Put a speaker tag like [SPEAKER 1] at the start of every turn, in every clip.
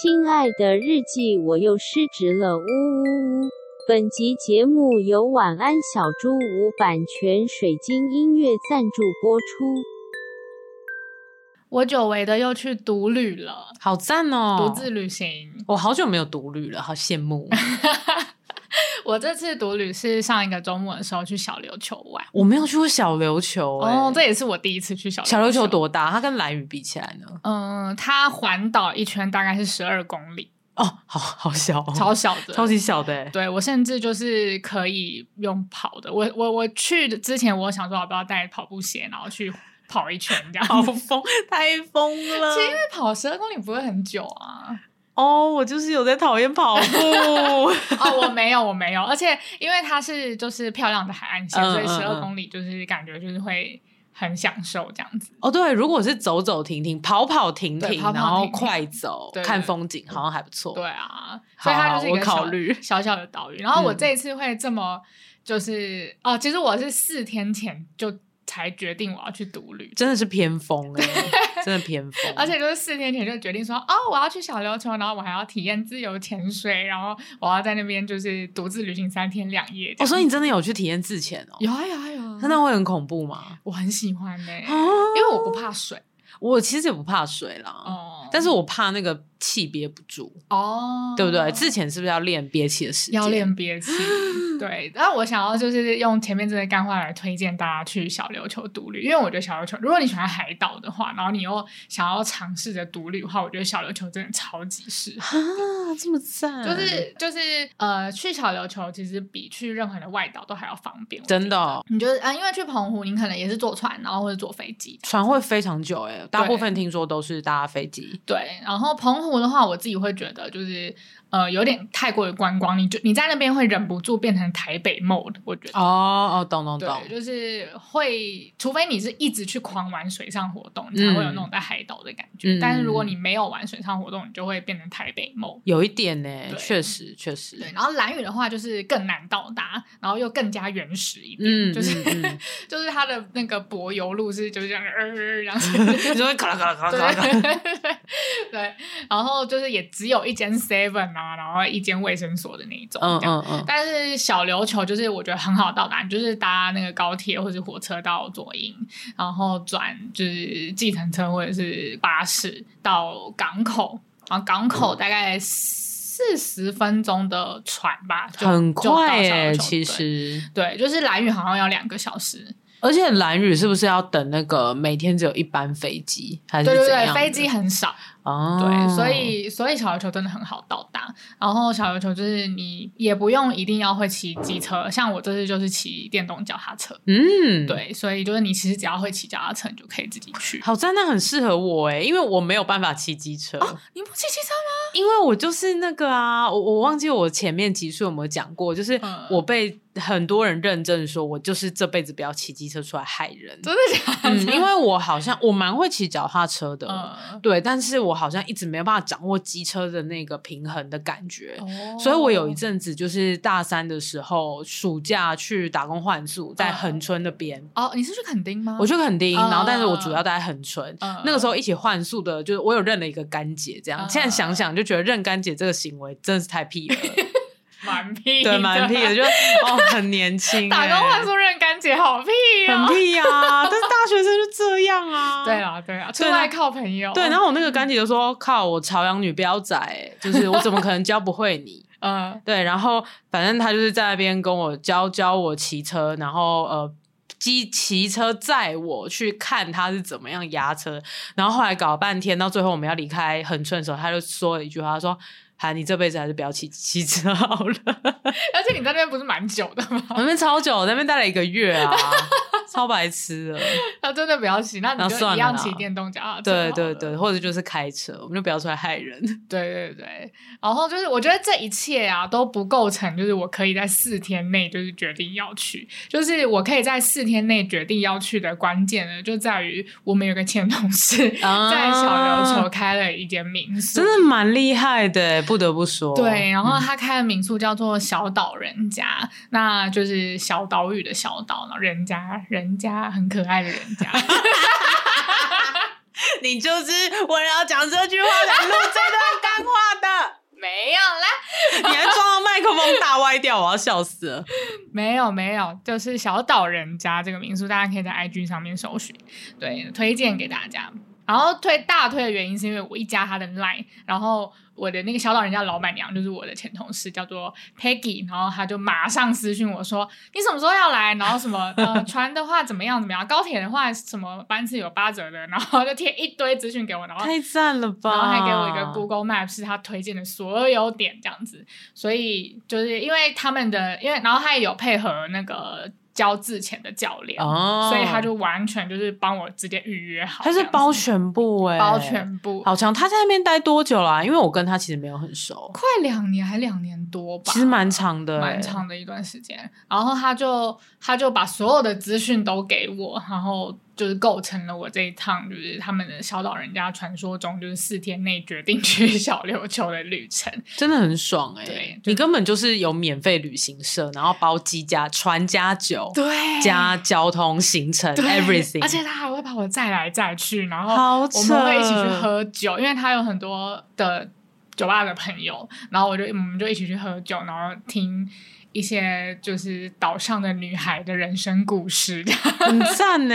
[SPEAKER 1] 亲爱的日记，我又失职了，呜呜呜！本集节目由晚安小猪屋版权水晶音乐赞助播出。
[SPEAKER 2] 我久违的又去独旅了，
[SPEAKER 3] 好赞哦！
[SPEAKER 2] 独自旅行。
[SPEAKER 3] 我好久没有独旅了，好羡慕。
[SPEAKER 2] 我这次独旅是上一个周末的时候去小琉球玩。
[SPEAKER 3] 我没有去过小琉球、欸，
[SPEAKER 2] 哦，这也是我第一次去小
[SPEAKER 3] 小
[SPEAKER 2] 琉
[SPEAKER 3] 琉球多大？它跟蓝屿比起来呢？
[SPEAKER 2] 嗯，它环岛一圈大概是十二公里，
[SPEAKER 3] 哦，好好小、哦，
[SPEAKER 2] 超小的，
[SPEAKER 3] 超级小的、欸。
[SPEAKER 2] 对我甚至就是可以用跑的。我我我去之前，我想说要不要带跑步鞋，然后去跑一圈这样
[SPEAKER 3] 好
[SPEAKER 2] 子。
[SPEAKER 3] 疯，太疯了
[SPEAKER 2] 啊 其！实因为跑十二公里不会很久啊。
[SPEAKER 3] 哦，我就是有在讨厌跑步。
[SPEAKER 2] 哦，我没有，我没有。而且因为它是就是漂亮的海岸线，
[SPEAKER 3] 嗯
[SPEAKER 2] 所以十
[SPEAKER 3] 嗯
[SPEAKER 2] 二
[SPEAKER 3] 嗯
[SPEAKER 2] 公里就是感觉就是会很享受这样子。
[SPEAKER 3] 哦，对，如果是走走停停、跑跑停
[SPEAKER 2] 对
[SPEAKER 3] 停，
[SPEAKER 2] 跑跑
[SPEAKER 3] 然后
[SPEAKER 2] 停停
[SPEAKER 3] 快走、
[SPEAKER 2] 对对
[SPEAKER 3] 看
[SPEAKER 2] 对
[SPEAKER 3] 风景，好像还不错。
[SPEAKER 2] 对啊，
[SPEAKER 3] 好
[SPEAKER 2] 所以它
[SPEAKER 3] 好
[SPEAKER 2] 就是一
[SPEAKER 3] 我
[SPEAKER 2] 个
[SPEAKER 3] 考
[SPEAKER 2] 小
[SPEAKER 3] 虑
[SPEAKER 2] 小小的岛屿。然后我
[SPEAKER 3] 嗯
[SPEAKER 2] 这一次会这么就是哦、其实我是四天前就才决定我要去独旅，
[SPEAKER 3] 真的是偏疯哎、真的偏疯。
[SPEAKER 2] 而且就是四天前就决定说哦，我要去小琉球，然后我还要体验自由潜水，然后我要在那边就是独自旅行三天两夜这样。
[SPEAKER 3] 哦，所以你真的有去体验自潜哦？
[SPEAKER 2] 有啊有啊有啊，
[SPEAKER 3] 那那会很恐 怖吗？
[SPEAKER 2] 我很喜欢呢、
[SPEAKER 3] 啊，
[SPEAKER 2] 因为我不怕水
[SPEAKER 3] 我其实也不怕水啦，
[SPEAKER 2] 哦，
[SPEAKER 3] 但是我怕那个气憋不住，
[SPEAKER 2] 哦，
[SPEAKER 3] 对不对？之前是不是要练憋气的时间？
[SPEAKER 2] 要练憋 气。对，然后我想要就是用前面这些干话来推荐大家去小琉球独旅，因为我觉得小琉球，如果你喜欢海岛的话，然后你又想要尝试着独旅的话，我觉得小琉球真的超级适 合。
[SPEAKER 3] 啊，这么赞，
[SPEAKER 2] 就是就是呃，去小琉球其实比去任何的外岛都还要方便，我觉得
[SPEAKER 3] 真的哦、
[SPEAKER 2] 你就是啊，因为去澎湖你可能也是坐船，然后或者坐飞机。
[SPEAKER 3] 船会非常久哎、大部分听说都是搭飞机。
[SPEAKER 2] 对，然后澎湖的话，我自己会觉得就是呃，有点太过于观光，你就你在那边会忍不住变成台北 mode，我觉得。
[SPEAKER 3] 哦哦，懂懂懂
[SPEAKER 2] 对，，就是会，除非你是一直去狂玩水上活动，你才会有那种在海岛的感觉。
[SPEAKER 3] 嗯
[SPEAKER 2] 但是如果你没有玩水上活动，你就会变成台北梦。
[SPEAKER 3] 有一点呢、
[SPEAKER 2] 对
[SPEAKER 3] 确实确实。
[SPEAKER 2] 对，然后蓝屿的话就是更难到达，然后又更加原始一点，
[SPEAKER 3] 嗯，
[SPEAKER 2] 就是、
[SPEAKER 3] 嗯嗯
[SPEAKER 2] 就是它的那个柏油路是就是这样，呃，这样 子。
[SPEAKER 3] 你 说会嗯咔啦咔啦咔啦咔啦，
[SPEAKER 2] 对对，然后就是也只有一间 Seven 啊，然后一间卫生所的那一种，
[SPEAKER 3] 嗯
[SPEAKER 2] 这样
[SPEAKER 3] 嗯嗯，
[SPEAKER 2] 但是小琉球就是我觉得很好到达，你就是搭那个高铁或者火车到左营，然后转就是计程车或者是巴士到港口，然后港口大概四十分钟的船吧，就
[SPEAKER 3] 很
[SPEAKER 2] 就到
[SPEAKER 3] 快
[SPEAKER 2] 小
[SPEAKER 3] 哎、
[SPEAKER 2] 琉球
[SPEAKER 3] 其实，
[SPEAKER 2] 对，对就是蓝屿好像要两个小时，
[SPEAKER 3] 而且蓝屿是不是要等那个每天只有一班飞机，还
[SPEAKER 2] 对
[SPEAKER 3] 是
[SPEAKER 2] 对
[SPEAKER 3] 怎
[SPEAKER 2] 对，
[SPEAKER 3] 样
[SPEAKER 2] 飞
[SPEAKER 3] 的
[SPEAKER 2] 机很少，
[SPEAKER 3] 哦，
[SPEAKER 2] 对，所以所以小琉球真的很好到达。然后小琉球就是你也不用一定要会骑机车，像我这次就是骑电动脚踏车。
[SPEAKER 3] 嗯，，
[SPEAKER 2] 对，所以就是你其实只要会骑脚踏车，你就可以自己去。
[SPEAKER 3] 好在那很适合我哎、因为我没有办法骑机车，
[SPEAKER 2] 你不骑机车吗？
[SPEAKER 3] 因为我就是那个啊，我我忘记我前面集数有没有讲过，就是
[SPEAKER 2] 嗯
[SPEAKER 3] 我被很多人认证说我就是这辈子不要骑机车出来害人，
[SPEAKER 2] 真的假的？
[SPEAKER 3] 嗯，因为我好像我蛮会骑脚踏车的。
[SPEAKER 2] 嗯，
[SPEAKER 3] 对，但是我好像一直没有办法掌握机车的那个平衡的感觉，
[SPEAKER 2] 哦
[SPEAKER 3] 所以我有一阵子就是大三的时候，暑假去打工换宿，在
[SPEAKER 2] 嗯
[SPEAKER 3] 恒春那边，
[SPEAKER 2] 哦，你是去垦丁吗？
[SPEAKER 3] 我去垦丁，
[SPEAKER 2] 嗯
[SPEAKER 3] 然后但是我主要待在恒春，
[SPEAKER 2] 嗯
[SPEAKER 3] 那个时候一起换宿的，就是我有认了一个干姐，这样、
[SPEAKER 2] 嗯
[SPEAKER 3] 现在想想就觉得认干姐这个行为真的是太屁了，
[SPEAKER 2] 蛮屁，
[SPEAKER 3] 对，蛮屁 的，。就哦很年轻、
[SPEAKER 2] 打
[SPEAKER 3] 欸，
[SPEAKER 2] 工换宿认干姐好屁
[SPEAKER 3] 很
[SPEAKER 2] 哦。
[SPEAKER 3] 屁啊，但是大学生就这样啊，
[SPEAKER 2] 对。哦啦，对啦，出
[SPEAKER 3] 对啦
[SPEAKER 2] 来靠朋友。
[SPEAKER 3] 对，然后我那个干姐就说：“靠，我朝阳女标仔、欸，就是我怎么可能教不会你？
[SPEAKER 2] 嗯，
[SPEAKER 3] 对，然后反正他就是在那边跟我教教我骑车，然后呃。机骑车载我去看他是怎么样压车，然后后来搞半天，到最后我们要离开恒春的时候，他就说了一句话，他说：“喊你这辈子还是不要骑骑车好了。
[SPEAKER 2] 而且你在那边不是蛮久的吗”？
[SPEAKER 3] 那边超久，那边待了一个月啊，超白痴的。
[SPEAKER 2] 那真的不要骑，那你
[SPEAKER 3] 那
[SPEAKER 2] 就
[SPEAKER 3] 算
[SPEAKER 2] 一
[SPEAKER 3] 了
[SPEAKER 2] 样
[SPEAKER 3] 啦
[SPEAKER 2] 骑电动脚踏车好
[SPEAKER 3] 对
[SPEAKER 2] 了。
[SPEAKER 3] 对对，或者就是开车，我们就不要出来害人。
[SPEAKER 2] 对对对，然后就是我觉得这一切啊都不构成，就是我可以在四天内就是决定要去，就是我可以在四天内决定要去的关键呢，就在于我们有个前同事 在小琉球
[SPEAKER 3] 啊
[SPEAKER 2] 开了一间民宿，
[SPEAKER 3] 真的哦嗯蛮厉害的，欸不得不说。
[SPEAKER 2] 对，然后他开的民宿叫做小岛人家，那就是小岛屿的小岛，然后人家人家很可爱的人 家，
[SPEAKER 3] 你就是为了要讲这句话来录这段干话下，我要笑死了。
[SPEAKER 2] 没有没有，就是小岛人家这个民宿，大家可以在 IG 上面搜寻，对，推荐给大家。然后推大推的原因是因为我一加他的 line，然后我的那个小岛人家老板娘就是我的前同事，叫做 Peggy，然后他就马上私讯我说你什么时候要来？然后什么呃船的话怎么样怎么样，高铁的话什么班次有八折的，然后就贴一堆资讯给我，然后
[SPEAKER 3] 太赞了吧！
[SPEAKER 2] 然后还给我一
[SPEAKER 3] 啊
[SPEAKER 2] 个 Google Map，是他推荐的所有点这样子，所以就是因为他们的，因为然后他也有配合那个教自潜的教练，
[SPEAKER 3] 哦，
[SPEAKER 2] 所以他就完全就是帮我直接预约好，
[SPEAKER 3] 他是包
[SPEAKER 2] 这样
[SPEAKER 3] 全部哎、
[SPEAKER 2] 子包全部，
[SPEAKER 3] 好强。他在那边待多久啦、因为我跟他其实没有很熟，
[SPEAKER 2] 快两年还两年多吧，
[SPEAKER 3] 其实蛮长的、欸，
[SPEAKER 2] 蛮长的一段时间。然后他就他就把所有的资讯都给我，然后就是构成了我这一趟就是他们的小岛人家传说中就是四天内决定去 小琉球的旅程。
[SPEAKER 3] 真的很爽哎、
[SPEAKER 2] 对就
[SPEAKER 3] 你根本就是有免费旅行社，然后包机加船加酒
[SPEAKER 2] 对
[SPEAKER 3] 加交通行程
[SPEAKER 2] 对
[SPEAKER 3] everything，
[SPEAKER 2] 而且他还会把我载来载去，然后
[SPEAKER 3] 好
[SPEAKER 2] 我们会一起去
[SPEAKER 3] 扯
[SPEAKER 2] 喝酒，因为他有很多的酒吧的朋友，然后我就我们就一起去喝酒，然后听一些就是岛上的女孩的人生故事。
[SPEAKER 3] 很赞呢、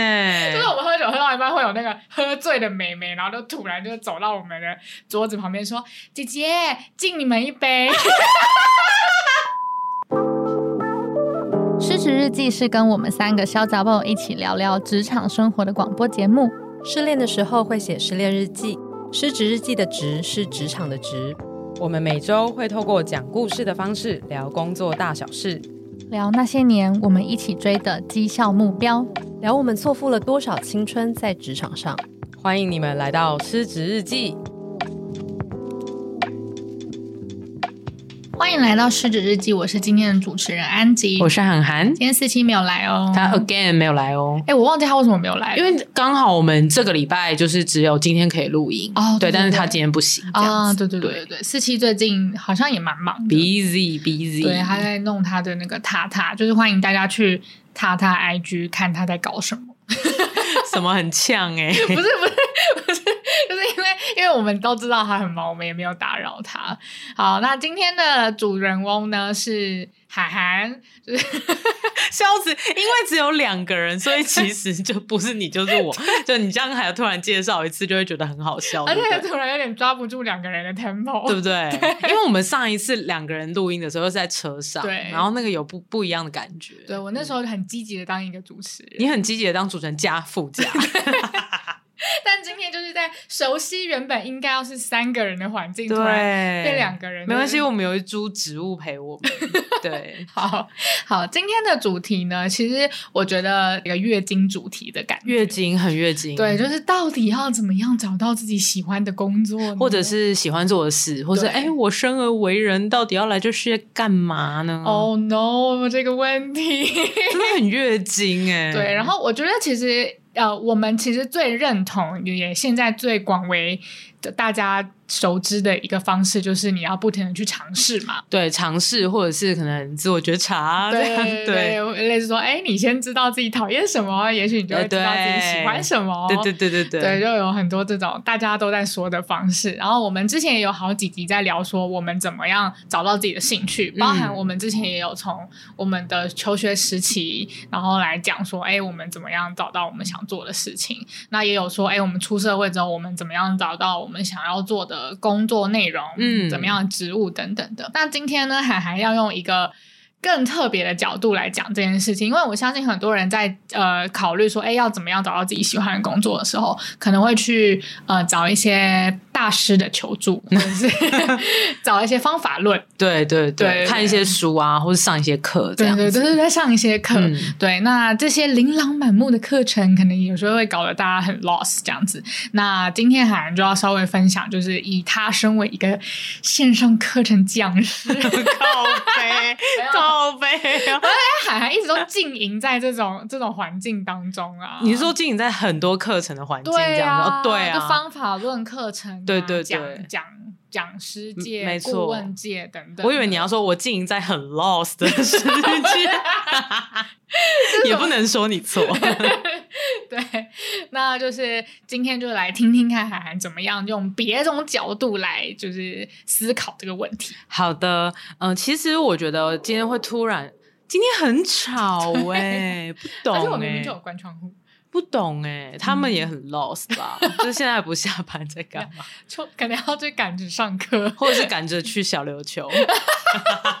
[SPEAKER 3] 欸
[SPEAKER 2] 就是我们喝酒喝到一半，会有那个喝醉的妹妹，然后就突然就走到我们的桌子旁边说：“姐姐，敬你们一杯。
[SPEAKER 4] 失职日记是跟我们三个小杂宝一起聊聊职场生活的广播节目。
[SPEAKER 5] 失恋的时候会写失恋日记，失职日记的职是职场的职。我们每周会透过讲故事的方式聊工作大小事，
[SPEAKER 4] 聊那些年我们一起追的绩效目标。
[SPEAKER 5] 聊我们错付了多少青春在职场上。欢迎你们来到失职日记。
[SPEAKER 2] 欢迎来到狮子日记，我是今天的主持人安吉。
[SPEAKER 3] 我是韩寒，
[SPEAKER 2] 今天四期没有来哦，
[SPEAKER 3] 他 again 没有来哦。
[SPEAKER 2] 哎、我忘记他为什么没有来，
[SPEAKER 3] 因为刚好我们这个礼拜就是只有今天可以录音
[SPEAKER 2] 哦对
[SPEAKER 3] 对，
[SPEAKER 2] 对
[SPEAKER 3] 但是他
[SPEAKER 2] 对
[SPEAKER 3] 今天不行这样
[SPEAKER 2] 啊，
[SPEAKER 3] 子
[SPEAKER 2] 对对对对对，四期最近好像也蛮忙的，
[SPEAKER 3] ，busy busy，
[SPEAKER 2] 对，他在弄他的那个塔塔，就是欢迎大家去塔塔 IG 看他在搞什么。
[SPEAKER 3] 什么很 呛哎、
[SPEAKER 2] 不是不是不是， 就是因为因为我们都知道他很忙，我们也没有打扰他。好，那今天的主人翁呢是海涵，就是
[SPEAKER 3] 笑死！因为只有两个人，所以其实就不是你就是 我，就你这样还要突然介绍一次，就会觉得很好笑，
[SPEAKER 2] 而
[SPEAKER 3] 对不
[SPEAKER 2] 且
[SPEAKER 3] 哦对？
[SPEAKER 2] 突然有点抓不住两个人的 tempo，
[SPEAKER 3] 对不对？因为我们上一次两个人录音的时候是在车上，
[SPEAKER 2] 对
[SPEAKER 3] 然后那个有不不一样的感觉。
[SPEAKER 2] 对我那时候很积极的当一个主持人，
[SPEAKER 3] 你很积极的当主持人加副 加，
[SPEAKER 2] 但今天就是在熟悉原本应该要是三个人的环境，
[SPEAKER 3] 对，
[SPEAKER 2] 突然变两个人，
[SPEAKER 3] 没关系，
[SPEAKER 2] 就是
[SPEAKER 3] 我们有一株植物陪 我们。对，
[SPEAKER 2] 好好，今天的主题呢，其实我觉得一个月经主题的感觉，
[SPEAKER 3] 月经很月经，
[SPEAKER 2] 对，就是到底要怎么样找到自己喜欢的工作呢，
[SPEAKER 3] 或者是喜欢做的事，或者
[SPEAKER 2] 对
[SPEAKER 3] 哎，我生而为人，到底要来这世界干嘛呢？
[SPEAKER 2] Oh no！这个问 题，
[SPEAKER 3] 真的很月经 哎、
[SPEAKER 2] 对，然后我觉得其实呃，我们其实最认同，也现在最广为大家熟知的一个方式，就是你要不停的去尝试嘛。
[SPEAKER 3] 对尝试，或者是可能自我觉察这
[SPEAKER 2] 对
[SPEAKER 3] 样啊对
[SPEAKER 2] 对，类似说，哎，你先知道自己讨厌什么，也许你就会
[SPEAKER 3] 哎
[SPEAKER 2] 知道自己喜
[SPEAKER 3] 对
[SPEAKER 2] 欢什么。
[SPEAKER 3] 对对对对对
[SPEAKER 2] 对，就有很多这种大家都在说的方式。然后我们之前也有好几集在聊说我们怎么样找到自己的兴趣，包含我们之前也有从我们的求学时期，然后来讲说，哎，我们怎么样找到我们想做的事情。那也有说，哎，我们出社会之后，我们怎么样找到我们想要做的工作内容，
[SPEAKER 3] 嗯
[SPEAKER 2] 怎么样的职务等等的。那今天呢，海涵要用一个。更特别的角度来讲这件事情，因为我相信很多人在呃考虑说，哎，要怎么样找到自己喜欢的工作的时候，可能会去呃找一些大师的求助，或者是找一些方法论，
[SPEAKER 3] 对对
[SPEAKER 2] 对
[SPEAKER 3] 对，看一些书啊，或者上一些课这
[SPEAKER 2] 对
[SPEAKER 3] 样
[SPEAKER 2] 对，
[SPEAKER 3] 子。
[SPEAKER 2] 就是在上一些课。
[SPEAKER 3] 嗯，
[SPEAKER 2] 对，那这些琳琅满目的课程，可能有时候会搞得大家很 lost 这样子。那今天海然就要稍微分享，就是以他身为一个线上课程讲师，
[SPEAKER 3] 靠背嗯 靠背啊，
[SPEAKER 2] 海涵一直都浸淫在这种这种环境当中啊。
[SPEAKER 3] 你是说经营在很多课程的环境这
[SPEAKER 2] 对
[SPEAKER 3] 样
[SPEAKER 2] 啊
[SPEAKER 3] 子，哦，对
[SPEAKER 2] 就
[SPEAKER 3] 啊，
[SPEAKER 2] 方法论课程啊、
[SPEAKER 3] 对对对
[SPEAKER 2] 讲讲讲师界、
[SPEAKER 3] 嗯没错
[SPEAKER 2] 顾问界等等。
[SPEAKER 3] 我以为你要说我经营在很 lost 的世界，也不能说你错。
[SPEAKER 2] 对，那就是今天就来听听看海涵怎么样用别种角度来就是思考这个问题。
[SPEAKER 3] 好的，嗯、其实我觉得今天会突然，今天 很吵哎、不
[SPEAKER 2] 而且我
[SPEAKER 3] 懂
[SPEAKER 2] 明
[SPEAKER 3] 哎、
[SPEAKER 2] 明就有关窗户，
[SPEAKER 3] 不懂哎、他们也很 lost 吧？就是现在还不下班在干嘛？
[SPEAKER 2] 就可能要去赶着上课。
[SPEAKER 3] 或者是赶着去小琉球。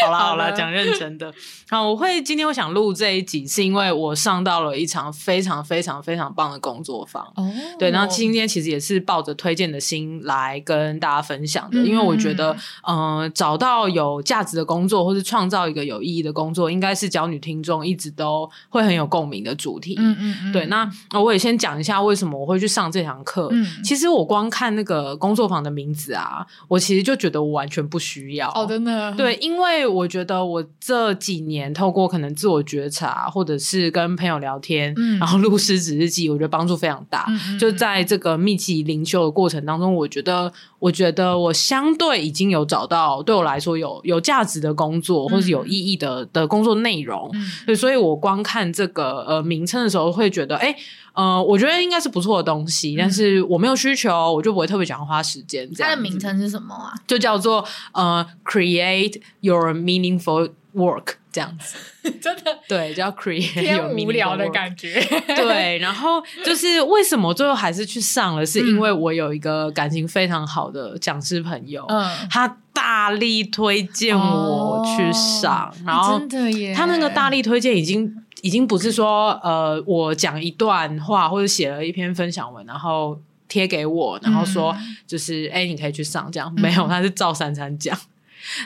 [SPEAKER 3] 好啦好
[SPEAKER 2] 好
[SPEAKER 3] 啦，
[SPEAKER 2] 了
[SPEAKER 3] 讲认真的。好，我会今天我想录这一集，是因为我上到了一场非常非常非常棒的工作坊。
[SPEAKER 2] 哦，
[SPEAKER 3] 对，然后今天其实也是抱着推荐的心来跟大家分享的，
[SPEAKER 2] 嗯
[SPEAKER 3] 因为我觉得，嗯、找到有价值的工作，或是创造一个有意义的工作，应该是教女听众一直都会很有共鸣的主题。
[SPEAKER 2] 嗯嗯嗯，
[SPEAKER 3] 对，那呃我也先讲一下为什么我会去上这堂课。
[SPEAKER 2] 嗯，
[SPEAKER 3] 其实我光看那个工作坊的名字啊，我其实就觉得我完全不需要。
[SPEAKER 2] 哦，真的，
[SPEAKER 3] 对，因为我觉得我这几年透过可能自我觉察，或者是跟朋友聊天，
[SPEAKER 2] 嗯
[SPEAKER 3] 然后录失职日记，我觉得帮助非常大。
[SPEAKER 2] 嗯，嗯
[SPEAKER 3] 就在这个密集灵修的过程当中，我觉得，我觉得我相对已经有找到对我来说有有价值的工作，或是有意义的的工作内容。
[SPEAKER 2] 嗯
[SPEAKER 3] 对，所以我光看这个呃名称的时候，会觉得，哎、呃，我觉得应该是不错的东西，但是我没有需求，我就不会特别想要花时间。这
[SPEAKER 2] 嗯
[SPEAKER 3] 样
[SPEAKER 2] 它的
[SPEAKER 3] 子
[SPEAKER 2] 名称是什么啊？
[SPEAKER 3] 就叫做呃，create your meaningful work 这样子，
[SPEAKER 2] 真的
[SPEAKER 3] 对，叫 create
[SPEAKER 2] 偏
[SPEAKER 3] your
[SPEAKER 2] 无聊的
[SPEAKER 3] meaningful work
[SPEAKER 2] 感觉。
[SPEAKER 3] 对，然后就是为什么最后还是去上了，是
[SPEAKER 2] 嗯
[SPEAKER 3] 因为我有一个感情非常好的讲师朋友，
[SPEAKER 2] 嗯，
[SPEAKER 3] 他大力推荐我去上，
[SPEAKER 2] 哦
[SPEAKER 3] 然后
[SPEAKER 2] 真的耶，
[SPEAKER 3] 他那个大力
[SPEAKER 2] 嗯
[SPEAKER 3] 推荐已经。已经不是说呃，我讲一段话或者写了一篇分享文，然后贴给我，然后说
[SPEAKER 2] 嗯
[SPEAKER 3] 就是哎、你可以去上这样。
[SPEAKER 2] 嗯
[SPEAKER 3] 没有，他是照三三讲，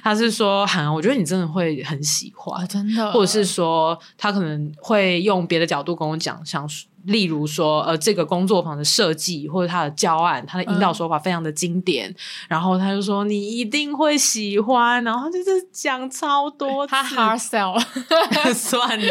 [SPEAKER 3] 他是说韩寒，我觉得你真的会很喜欢
[SPEAKER 2] 哦，，真的，
[SPEAKER 3] 或者是说他可能会用别的角度跟我讲，像是例如说，呃，这个工作坊的设计或者他的教案，他的引导手法非常的经
[SPEAKER 2] 嗯
[SPEAKER 3] 典，然后他就说你一定会喜欢，然后就是讲超多次，
[SPEAKER 2] 他哎 hard sell，
[SPEAKER 3] 算呢，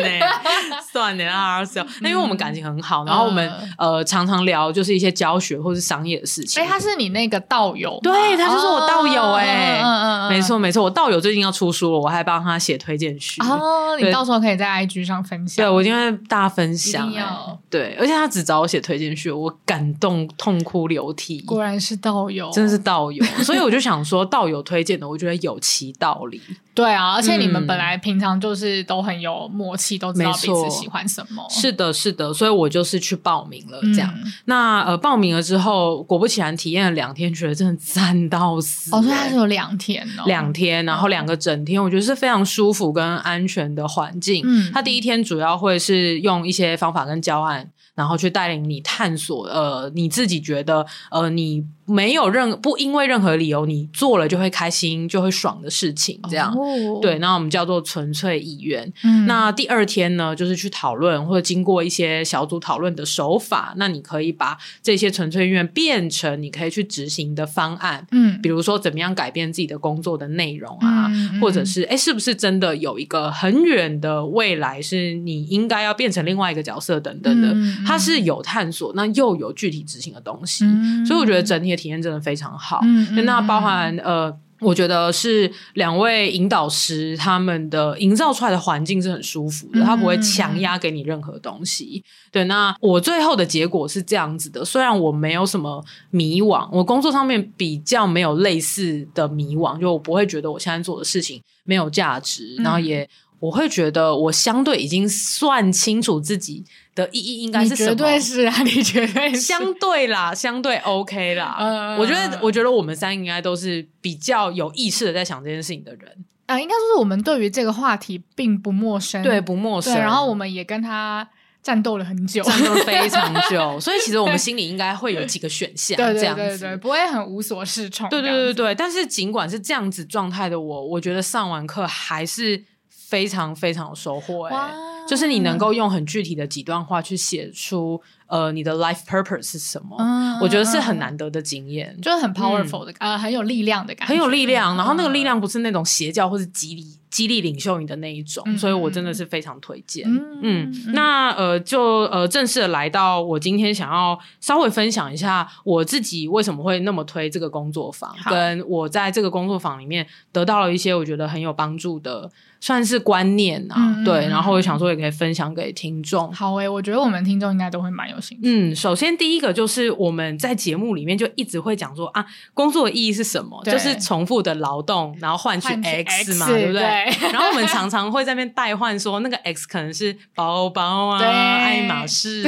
[SPEAKER 3] 算呢，他 RSL，那因为我们感情很好，然后我们
[SPEAKER 2] 嗯
[SPEAKER 3] 呃常常聊就是一些教学或是商业的事情
[SPEAKER 2] 哎，，他是你那个道友吗，
[SPEAKER 3] 对他就是我道友
[SPEAKER 2] 哦
[SPEAKER 3] 哎
[SPEAKER 2] 嗯嗯嗯，嗯
[SPEAKER 3] 没错。没错，我道友最近要出书了，我还帮他写推荐序。
[SPEAKER 2] 哦，
[SPEAKER 3] 对
[SPEAKER 2] 你到时候可以在 IG 上分享。
[SPEAKER 3] 对，我一定会大分享、
[SPEAKER 2] 一定
[SPEAKER 3] 欸
[SPEAKER 2] 要。
[SPEAKER 3] 对，而且他只找我写推荐序，我感动痛哭流涕，
[SPEAKER 2] 果然哦是道友，
[SPEAKER 3] 真的是道友。所以我就 想说，道友推荐的，我觉得有其道理。
[SPEAKER 2] 对啊！而且你们
[SPEAKER 3] 嗯
[SPEAKER 2] 本来平常就是都很有默契，都知道
[SPEAKER 3] 没
[SPEAKER 2] 彼
[SPEAKER 3] 错
[SPEAKER 2] 此喜欢什么，
[SPEAKER 3] 是的，是的，所以我就是去报名了。这样，
[SPEAKER 2] 哦嗯
[SPEAKER 3] 那呃，报名了之后，果不其然，体验了两天，觉得真的赞到死、
[SPEAKER 2] 哦，所以它
[SPEAKER 3] 欸
[SPEAKER 2] 是有两天哦，
[SPEAKER 3] 两天，然后两个整天，我觉得是非常舒服跟安全的环境。
[SPEAKER 2] 嗯
[SPEAKER 3] 他第一天主要会是用一些方法跟教案，然后去带领你探索，呃，你自己觉得，呃，你没有任不因为任何理由你做了就会开心就会爽的事情，这样。
[SPEAKER 2] 哦
[SPEAKER 3] 对，，那我们叫做纯粹意愿。
[SPEAKER 2] 嗯
[SPEAKER 3] 那第二天呢，就是去讨论或者经过一些小组讨论的手法，那你可以把这些纯粹意愿变成你可以去执行的方案。
[SPEAKER 2] 嗯
[SPEAKER 3] 比如说怎么样改变自己的工作的内容啊，
[SPEAKER 2] 嗯嗯
[SPEAKER 3] 或者是哎，诶是不是真的有一个很远的未来是你应该要变成另外一个角色等等的，
[SPEAKER 2] 嗯嗯嗯
[SPEAKER 3] 它是有探索，那又有具体执行的东西，
[SPEAKER 2] 嗯
[SPEAKER 3] 所以我觉得整体的体验真的非常好。
[SPEAKER 2] 嗯嗯
[SPEAKER 3] 那包含呃。我觉得是两位引导师他们的营造出来的环境是很舒服的，
[SPEAKER 2] 嗯
[SPEAKER 3] 他不会强压给你任何东西。对，那我最后的结果是这样子的，虽然我没有什么迷惘，我工作上面比较没有类似的迷惘，就我不会觉得我现在做的事情没有价值，
[SPEAKER 2] 嗯
[SPEAKER 3] 然后也我会觉得我相对已经算清楚自己的意义应该
[SPEAKER 2] 你
[SPEAKER 3] 是什么，
[SPEAKER 2] 绝对是啊， 你绝对是
[SPEAKER 3] 相对啦，相对 OK 啦。
[SPEAKER 2] 嗯
[SPEAKER 3] 我觉得，我觉得我们三个应该都是比较有意识的在想这件事情的人，
[SPEAKER 2] 啊，应该说是我们对于这个话题并不陌生，
[SPEAKER 3] 对，不陌生。
[SPEAKER 2] 对，然后我们也跟他战斗了很久，
[SPEAKER 3] 战斗非 常久，所以其实我们心里应该会有几个选项，
[SPEAKER 2] 对
[SPEAKER 3] 这
[SPEAKER 2] 对
[SPEAKER 3] 样
[SPEAKER 2] 对
[SPEAKER 3] 子。
[SPEAKER 2] 对，不会很无所适从，
[SPEAKER 3] 对对
[SPEAKER 2] 这
[SPEAKER 3] 对
[SPEAKER 2] 样子，
[SPEAKER 3] 对，但是尽管是这样子状态的我，我觉得上完课还是非常非常有收获、欸。
[SPEAKER 2] 哇
[SPEAKER 3] 就是你能够用很具体的几段话去写出呃你的 life purpose 是什么，
[SPEAKER 4] 嗯
[SPEAKER 3] 我觉得是很难得的经验，
[SPEAKER 2] 嗯就是很 powerful 的，呃，很有力量的感觉，嗯
[SPEAKER 3] 很有力量。然后那个力
[SPEAKER 2] 量。
[SPEAKER 3] 量不是那种邪教或是激励激励领袖你的那一种，
[SPEAKER 2] 嗯
[SPEAKER 3] 所以我真的是非常推荐。嗯
[SPEAKER 2] 嗯，
[SPEAKER 3] 那呃，就呃，正式的来到我今天想要稍微分享一下我自己为什么会那么推这个工作坊，
[SPEAKER 2] 好
[SPEAKER 3] 跟我在这个工作坊里面得到了一些我觉得很有帮助的，算是观念啊，
[SPEAKER 2] 嗯嗯
[SPEAKER 3] 对。
[SPEAKER 2] 嗯
[SPEAKER 3] 然后我想说也可以分享给听众。
[SPEAKER 2] 好诶、我觉得我们听众应该都会蛮有兴趣。
[SPEAKER 3] 嗯，首先第一个就是我们在节目里面就一直会讲说啊，工作的意义是什么？
[SPEAKER 2] 对
[SPEAKER 3] 就是重复的劳动，然后换取
[SPEAKER 2] 换取
[SPEAKER 3] 嗯 X 嘛，
[SPEAKER 2] X，
[SPEAKER 3] 对不对？
[SPEAKER 2] 对
[SPEAKER 3] 然后我们常常会在那边代换说，那个 X 可能是包包啊、
[SPEAKER 2] 对
[SPEAKER 3] 爱马仕，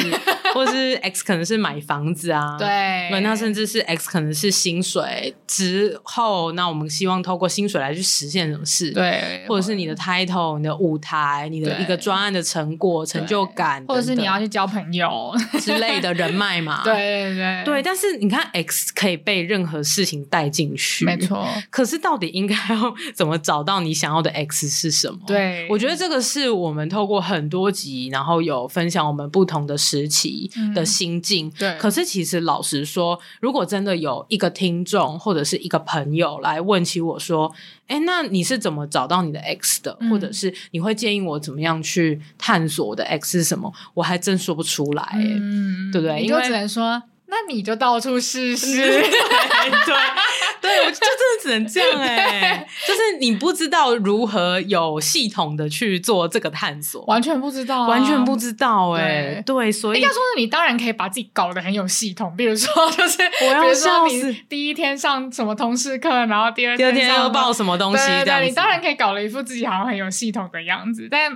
[SPEAKER 3] 或 是 X 可能是买房子啊，
[SPEAKER 2] 对，
[SPEAKER 3] 对，那甚至是 X 可能是薪水之后，那我们希望透过薪水来去实现什么事，，
[SPEAKER 2] 对，
[SPEAKER 3] 或者是你的 title、你的舞台、你的
[SPEAKER 2] 对
[SPEAKER 3] 一个专案的成果、成就感，
[SPEAKER 2] 或者是你要
[SPEAKER 3] 等
[SPEAKER 2] 去交朋友，
[SPEAKER 3] 等之类的人脉嘛，
[SPEAKER 2] 对对对
[SPEAKER 3] 对。但是你看，X 可以被任何事情带进去，哦
[SPEAKER 2] 没。错，
[SPEAKER 3] 可是到底应该要怎么找到你想要的 X 是什么？
[SPEAKER 2] 对，
[SPEAKER 3] 我觉得这个是我们透过很多集，然后有分享我们不同的时期的心境。
[SPEAKER 2] 嗯对，
[SPEAKER 3] 可是其实老实说，如果真的有一个听众或者是一个朋友来问起我说：“哎，那你是怎么找到你的 X 的？
[SPEAKER 2] 嗯
[SPEAKER 3] 或者是你会建议我怎么样去探索我的 X 是什么？”我还真说不出来、诶
[SPEAKER 2] 嗯，
[SPEAKER 3] 对不对
[SPEAKER 2] 你
[SPEAKER 3] 因
[SPEAKER 2] 就
[SPEAKER 3] 为
[SPEAKER 2] 只能说，那你就到处试试，
[SPEAKER 3] 对对，我就真的只能这样哎、就是你不知道如何有系统的去做这个探索，
[SPEAKER 2] 完全不知道啊，
[SPEAKER 3] 完全不知道
[SPEAKER 2] 对
[SPEAKER 3] 哎、对，所
[SPEAKER 2] 应
[SPEAKER 3] 以
[SPEAKER 2] 该说是你当然可以把自己搞得很有系统，比如说就是
[SPEAKER 3] 我要
[SPEAKER 2] 比如说你
[SPEAKER 3] 笑死
[SPEAKER 2] 第一天上什么通识课，然后第二
[SPEAKER 3] 第二天
[SPEAKER 2] 上
[SPEAKER 3] 又报什么东西
[SPEAKER 2] 对
[SPEAKER 3] 这
[SPEAKER 2] 对
[SPEAKER 3] 样
[SPEAKER 2] 对，
[SPEAKER 3] 子，
[SPEAKER 2] 你当然可以搞了一副自己好像很有系统的样子，但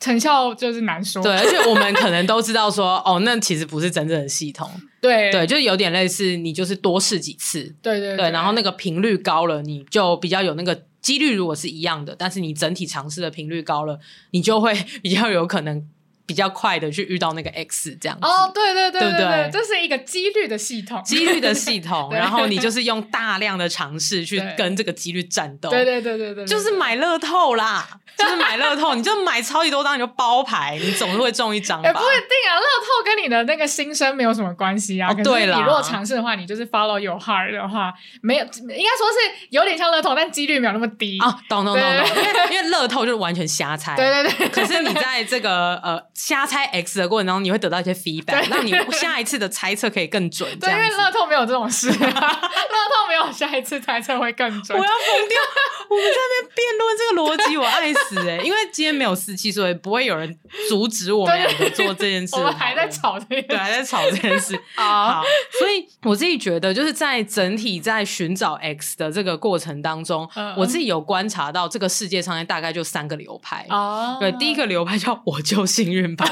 [SPEAKER 2] 成效就是难说。
[SPEAKER 3] 对，而且我们可能都知道说，哦，那其实不是真正的系统，
[SPEAKER 2] 对
[SPEAKER 3] 对，就有点类似你就是多试几次，
[SPEAKER 2] 对对
[SPEAKER 3] 对，然后那个频率高了，你就比较有那个。几率如果是一样的，但是你整体尝试的频率高了，你就会比较有可能比较快的去遇到那个 X 这样子。
[SPEAKER 2] 哦，对对对
[SPEAKER 3] 对不
[SPEAKER 2] 对
[SPEAKER 3] 对
[SPEAKER 2] 这是一个几率的系统，
[SPEAKER 3] 几率的系统，
[SPEAKER 2] 对
[SPEAKER 3] 然后你就是用大量的尝试去
[SPEAKER 2] 对
[SPEAKER 3] 跟这个几率战 斗。
[SPEAKER 2] 对对对对对，对
[SPEAKER 3] 就是买乐 透啦，就是买乐透，你就买超级多张，你就包牌，你总是会中一张
[SPEAKER 2] 哎、
[SPEAKER 3] 吧
[SPEAKER 2] 不？一定啊，乐透跟你的那个心声没有什么关系啊。
[SPEAKER 3] 哦
[SPEAKER 2] 可是
[SPEAKER 3] 对啦
[SPEAKER 2] 你如果尝试的话，你就是 follow your heart 的话，没有，应该说是有点像乐透，但几率没有那么低。
[SPEAKER 3] 啊，懂懂懂懂，
[SPEAKER 2] 对
[SPEAKER 3] 因为因为乐透就是完全瞎猜。
[SPEAKER 2] 对对对，
[SPEAKER 3] 可是你在这个呃瞎猜 X 的过程当中，你会得到一些 feedback，让你下一次的猜测可以更准。这
[SPEAKER 2] 对，因
[SPEAKER 3] 样
[SPEAKER 2] 为
[SPEAKER 3] 子
[SPEAKER 2] 乐透没有这种事、啊，乐 透没有下一次猜测会更
[SPEAKER 3] 我
[SPEAKER 2] 准
[SPEAKER 3] 要。疯掉！我们在那边辩论这个逻辑，我爱死哎、 因为今天没有士气，所以不会有人阻止我们两个做这件 事。
[SPEAKER 2] 我们还在吵这
[SPEAKER 3] 对，
[SPEAKER 2] 个。
[SPEAKER 3] 还在吵这件事。
[SPEAKER 2] 好
[SPEAKER 3] 好，所以我自己觉得，就是在整体在寻找 X 的这个过程当中，
[SPEAKER 2] 嗯
[SPEAKER 3] 我自己有观察到，这个世界上大概就三个流派。
[SPEAKER 2] 哦
[SPEAKER 3] 对，第一个流派叫我就幸运派，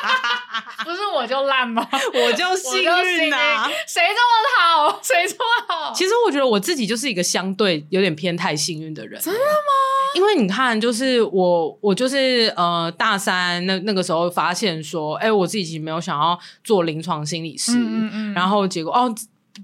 [SPEAKER 3] 啊
[SPEAKER 2] 不是我就烂吗？
[SPEAKER 3] 我就
[SPEAKER 2] 我就
[SPEAKER 3] 幸
[SPEAKER 2] 幸
[SPEAKER 3] 运
[SPEAKER 2] 运
[SPEAKER 3] 啊。
[SPEAKER 2] 谁这么好？ 谁这么好？
[SPEAKER 3] 其实我觉得我自己就是一个相对有点偏太幸运的人。真的吗？因为你看，就是我，我就是呃，大三那那个时候发现说，哎、我自己其实没有想要做临床心理师，
[SPEAKER 2] 嗯嗯嗯
[SPEAKER 3] 然后结果哦。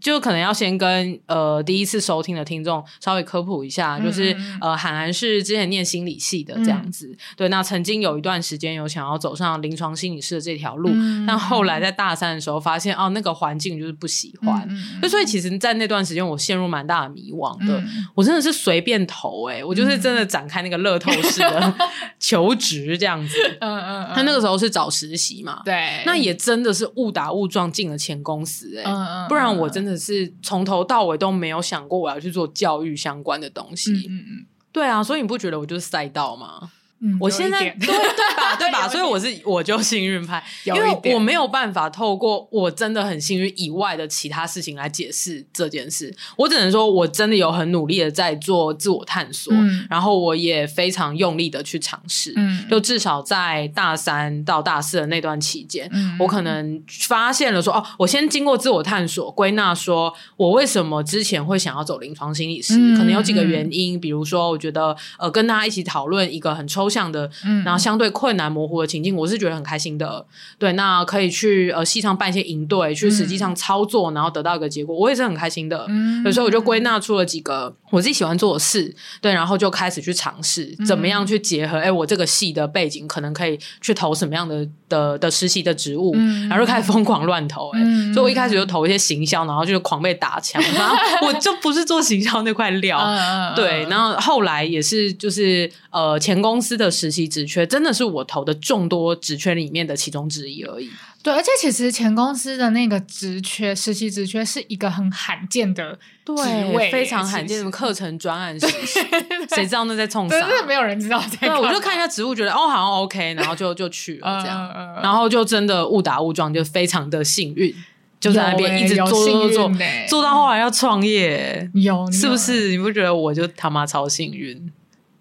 [SPEAKER 3] 就可能要先跟呃第一次收听的听众稍微科普一下，
[SPEAKER 2] 嗯
[SPEAKER 3] 就是
[SPEAKER 2] 嗯嗯
[SPEAKER 3] 呃韩寒是之前念心理系的这样子，对，那曾经有一段时间有想要走上临床心理师的这条路，
[SPEAKER 2] 嗯
[SPEAKER 3] 但后来在大三的时候发现哦那个环境就是不喜欢，
[SPEAKER 2] 嗯
[SPEAKER 3] 就所以其实，在那段时间，我陷入蛮大的迷惘的。
[SPEAKER 2] 嗯
[SPEAKER 3] 我真的是随便投、欸，我就是真的展开那个乐透 式的求职这样子。
[SPEAKER 2] 嗯嗯嗯，
[SPEAKER 3] 他那个时候是找实习嘛，
[SPEAKER 2] 对，
[SPEAKER 3] 那也真的是误打误撞进了前公司、欸，
[SPEAKER 2] 嗯嗯嗯
[SPEAKER 3] 不然我真的是从头到尾都没有想过我要去做教育相关的东西。
[SPEAKER 2] 嗯嗯嗯
[SPEAKER 3] 对啊，所以你不觉得我就是赛道吗？
[SPEAKER 2] 嗯，
[SPEAKER 3] 我
[SPEAKER 2] 有一
[SPEAKER 3] 现在
[SPEAKER 2] 点
[SPEAKER 3] 对对 吧对
[SPEAKER 2] 有
[SPEAKER 3] 吧？
[SPEAKER 2] 一
[SPEAKER 3] 所以我是我就幸运派，因
[SPEAKER 2] 有一
[SPEAKER 3] 为
[SPEAKER 2] 点
[SPEAKER 3] 我没有办法透过我真的很幸运以外的其他事情来解释这件事。我只能说，我真的有很努力的在做自我探索，
[SPEAKER 2] 嗯
[SPEAKER 3] 然后我也非常用力的去尝试。
[SPEAKER 2] 嗯
[SPEAKER 3] 就至少在大三到大四的那段期间，
[SPEAKER 2] 嗯
[SPEAKER 3] 我可能发现了说，哦，我先经过自我探索，归纳说我为什么之前会想要走临床心理师，
[SPEAKER 2] 嗯
[SPEAKER 3] 可能有几个
[SPEAKER 2] 嗯
[SPEAKER 3] 原因，比如说我觉得呃，跟大家一起讨论一个很抽抽象的，
[SPEAKER 2] 嗯
[SPEAKER 3] 然后相对困难模糊的情境，我是觉得很开心的。对，那可以去呃系上办一些营队，去实际上操作，然后得到一个结果，我也是很开心的。
[SPEAKER 2] 嗯
[SPEAKER 3] 有时候我就归纳出了几个我自己喜欢做的事，对，然后就开始去尝试
[SPEAKER 2] 嗯
[SPEAKER 3] 怎么样去结合，哎、我这个系的背景可能可以去投什么样的的的实习的职务，
[SPEAKER 2] 嗯
[SPEAKER 3] 然后就开始疯狂乱投、哎、
[SPEAKER 2] 嗯
[SPEAKER 3] 所以我一开始就投一些行销，然后就狂被打枪，然后 我就不是做行销那块 料，
[SPEAKER 2] 嗯
[SPEAKER 3] 对，
[SPEAKER 2] 嗯
[SPEAKER 3] 然后后来也是就是呃前公司的实习职缺，真的是我投的众多职缺里面的其中之一而已。
[SPEAKER 2] 对，而且其实前公司的那个职缺，实习职缺是一个很罕见的职位耶，
[SPEAKER 3] 非常
[SPEAKER 2] 其
[SPEAKER 3] 罕见
[SPEAKER 2] 实
[SPEAKER 3] 的课程专案实习，谁知道那在冲啥
[SPEAKER 2] 真？的没有人知道在
[SPEAKER 3] 对，啊
[SPEAKER 2] 干嘛。
[SPEAKER 3] 我就看 一下职务，觉得哦好像 OK，然后就就去了
[SPEAKER 2] 嗯，
[SPEAKER 3] 这样，
[SPEAKER 2] 嗯嗯
[SPEAKER 3] 然后就真的误打误撞，就非常的幸运，就在那边
[SPEAKER 2] 有
[SPEAKER 3] 一直
[SPEAKER 2] 欸有
[SPEAKER 3] 做做
[SPEAKER 2] 幸
[SPEAKER 3] 做
[SPEAKER 2] 运
[SPEAKER 3] 做，
[SPEAKER 2] 欸
[SPEAKER 3] 做到后来要创业。
[SPEAKER 2] 有
[SPEAKER 3] 是不？
[SPEAKER 2] 你有
[SPEAKER 3] 是你不觉得我就他妈超幸运？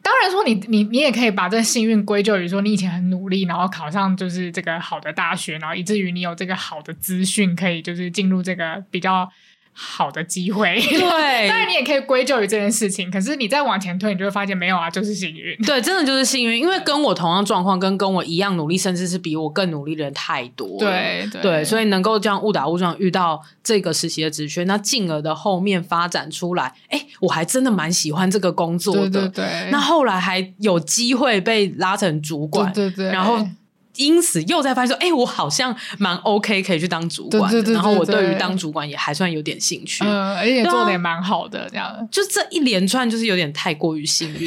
[SPEAKER 2] 当然说你你你也可以把这幸运归咎于说你以前很努力，然后考上就是这个好的大学，然后以至于你有这个好的资讯，可以就是进入这个比较好的机会。
[SPEAKER 3] 对，
[SPEAKER 2] 当然你也可以归咎于这件事情，可是你再往前推，你就会发现没有啊，就是幸 运。
[SPEAKER 3] 对，真的就是幸运，因为跟我同样状况，跟跟我一样努力，甚至是比我更努力的人太多了。
[SPEAKER 2] 对
[SPEAKER 3] 对所以能够这样误打误撞遇到这个实习的职缺，那进而的后面发展出来，哎，我还真的蛮喜欢这个工作的。
[SPEAKER 2] 对
[SPEAKER 3] 那后来还有机会被拉成主管，
[SPEAKER 2] 对对对
[SPEAKER 3] 然后。因此又在发现说，哎、我好像蛮 OK，可以去当主管的。
[SPEAKER 2] 对对对对
[SPEAKER 3] 然后我对于
[SPEAKER 2] 对
[SPEAKER 3] 当主管也还算有点兴趣。
[SPEAKER 2] 嗯，而且
[SPEAKER 3] 对啊
[SPEAKER 2] 做的也蛮好的，这样
[SPEAKER 3] 就这一连串就是有点太过于幸运，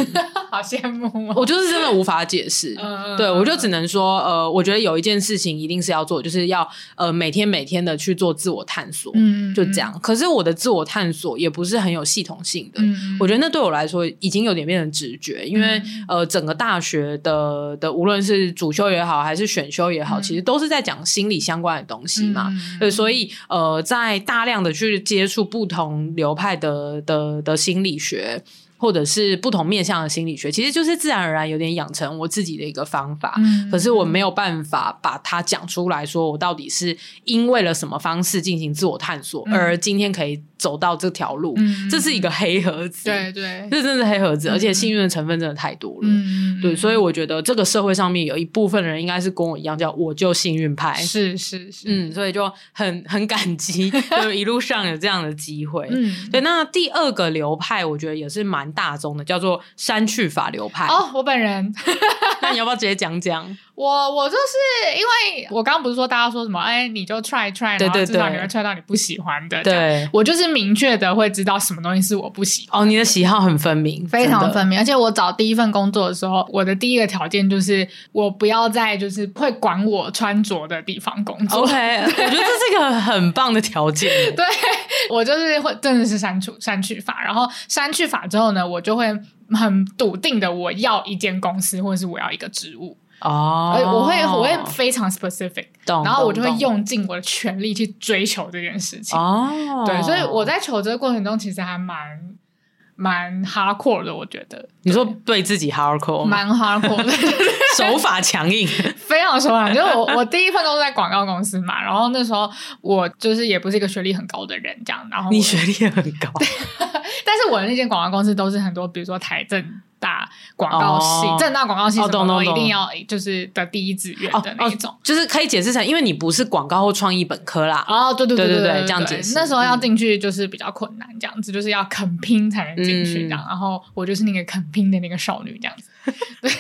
[SPEAKER 2] 好羡慕
[SPEAKER 3] 我
[SPEAKER 2] 哦。
[SPEAKER 3] 就是真的无法解释。
[SPEAKER 2] 嗯
[SPEAKER 3] 对，我就只能说，呃，我觉得有一件事情一定是要做，就是要呃每天每天的去做自我探索，
[SPEAKER 2] 嗯
[SPEAKER 3] 就这，样。可是我的自我探索也不是很有系统性的，
[SPEAKER 2] 嗯，
[SPEAKER 3] 我觉
[SPEAKER 2] 得
[SPEAKER 3] 得那对我来说已经有点变成直觉，因为、
[SPEAKER 2] 嗯
[SPEAKER 3] 呃整个大学的的无论是主修也好，还是选修也好，
[SPEAKER 2] 嗯
[SPEAKER 3] 其实都是在讲心理相关的东西嘛。
[SPEAKER 2] 嗯
[SPEAKER 3] 对，所以呃，在大量的去接触不同流派的的的心理学，或者是不同面向的心理学，其实就是自然而然有点养成我自己的一个方法。
[SPEAKER 2] 嗯
[SPEAKER 3] 啊可是我没有办法把它讲出来，说我到底是因为了什么方式进行自我探索，
[SPEAKER 2] 嗯
[SPEAKER 3] 而今天可以走到这条路，
[SPEAKER 2] 嗯
[SPEAKER 3] 这是一个黑盒子。
[SPEAKER 2] 对，对，
[SPEAKER 3] 这真的是黑盒子，
[SPEAKER 2] 嗯
[SPEAKER 3] 而且幸运的成分真的太多了。
[SPEAKER 2] 嗯
[SPEAKER 3] 对，所以我觉得这个社会上面有一部分人应该是跟我一样，叫我就幸运派。
[SPEAKER 2] 嗯是是是，
[SPEAKER 3] 嗯，所以就很 很感 激，就一路上有这样的机会。
[SPEAKER 2] 嗯，
[SPEAKER 3] 对，那第二个流派，我觉得也是蛮大宗的，叫做删去法流派。
[SPEAKER 2] 哦，我本人，
[SPEAKER 3] 那你要不要直接讲 讲？
[SPEAKER 2] 我我就是因为我刚刚不是说大家说什么，哎，你就 try try，
[SPEAKER 3] 对
[SPEAKER 2] 然后
[SPEAKER 3] 对
[SPEAKER 2] 至少
[SPEAKER 3] 对
[SPEAKER 2] 你会 try 到你不喜欢的，这样，
[SPEAKER 3] 对，
[SPEAKER 2] 我就是明确的会知道什么东西是我不喜欢。
[SPEAKER 3] 哦，你的喜好很分明，
[SPEAKER 2] 非常分
[SPEAKER 3] 明。
[SPEAKER 2] 明。而且我找第一份工作的时候，我的第一个条件就是我不要在就是会管我穿着的地方工作。
[SPEAKER 3] OK，我觉得这是一个很棒的 条件。
[SPEAKER 2] 对我就是会真的是删除删去法，然后删去法之后呢，我就会很笃定的我要一间公司或者是我要一个职务，
[SPEAKER 3] 哦
[SPEAKER 2] 而，哎我会我会非常 specific，
[SPEAKER 3] 懂，
[SPEAKER 2] 然后我就
[SPEAKER 3] 懂
[SPEAKER 2] 会
[SPEAKER 3] 懂
[SPEAKER 2] 用尽我的全力去追求这件事情。
[SPEAKER 3] 哦，
[SPEAKER 2] 对，所以我在求职的过程中其实还蛮蛮 hardcore 的，我觉得
[SPEAKER 3] 你说对自己 hardcore 吗
[SPEAKER 2] 蛮 hardcore 的。
[SPEAKER 3] 手法 强硬，
[SPEAKER 2] 非常熟朗，就是我我第一份工作在广告公司嘛，然后那时候我就是也不是一个学历很高的人，这样，然后我
[SPEAKER 3] 你学历也很高，
[SPEAKER 2] 但是我的那间广告公司都是很多，比如说台政大广告系、
[SPEAKER 3] 哦
[SPEAKER 2] 正大广告系
[SPEAKER 3] 哦
[SPEAKER 2] 什么
[SPEAKER 3] 懂懂
[SPEAKER 2] 都一
[SPEAKER 3] 懂哦
[SPEAKER 2] 定要就是的第一志愿的那一种。
[SPEAKER 3] 就是可以解释成，因为你不是广告或创意本科啦，
[SPEAKER 2] 哦，对对
[SPEAKER 3] 对
[SPEAKER 2] 对
[SPEAKER 3] 对对
[SPEAKER 2] 对，
[SPEAKER 3] 这样解释
[SPEAKER 2] 那时候要进去就是比较困难，这样子就是要肯拼才能进去这
[SPEAKER 3] 嗯
[SPEAKER 2] 样。然后我就是那个肯拼的那个少女这样 子。对，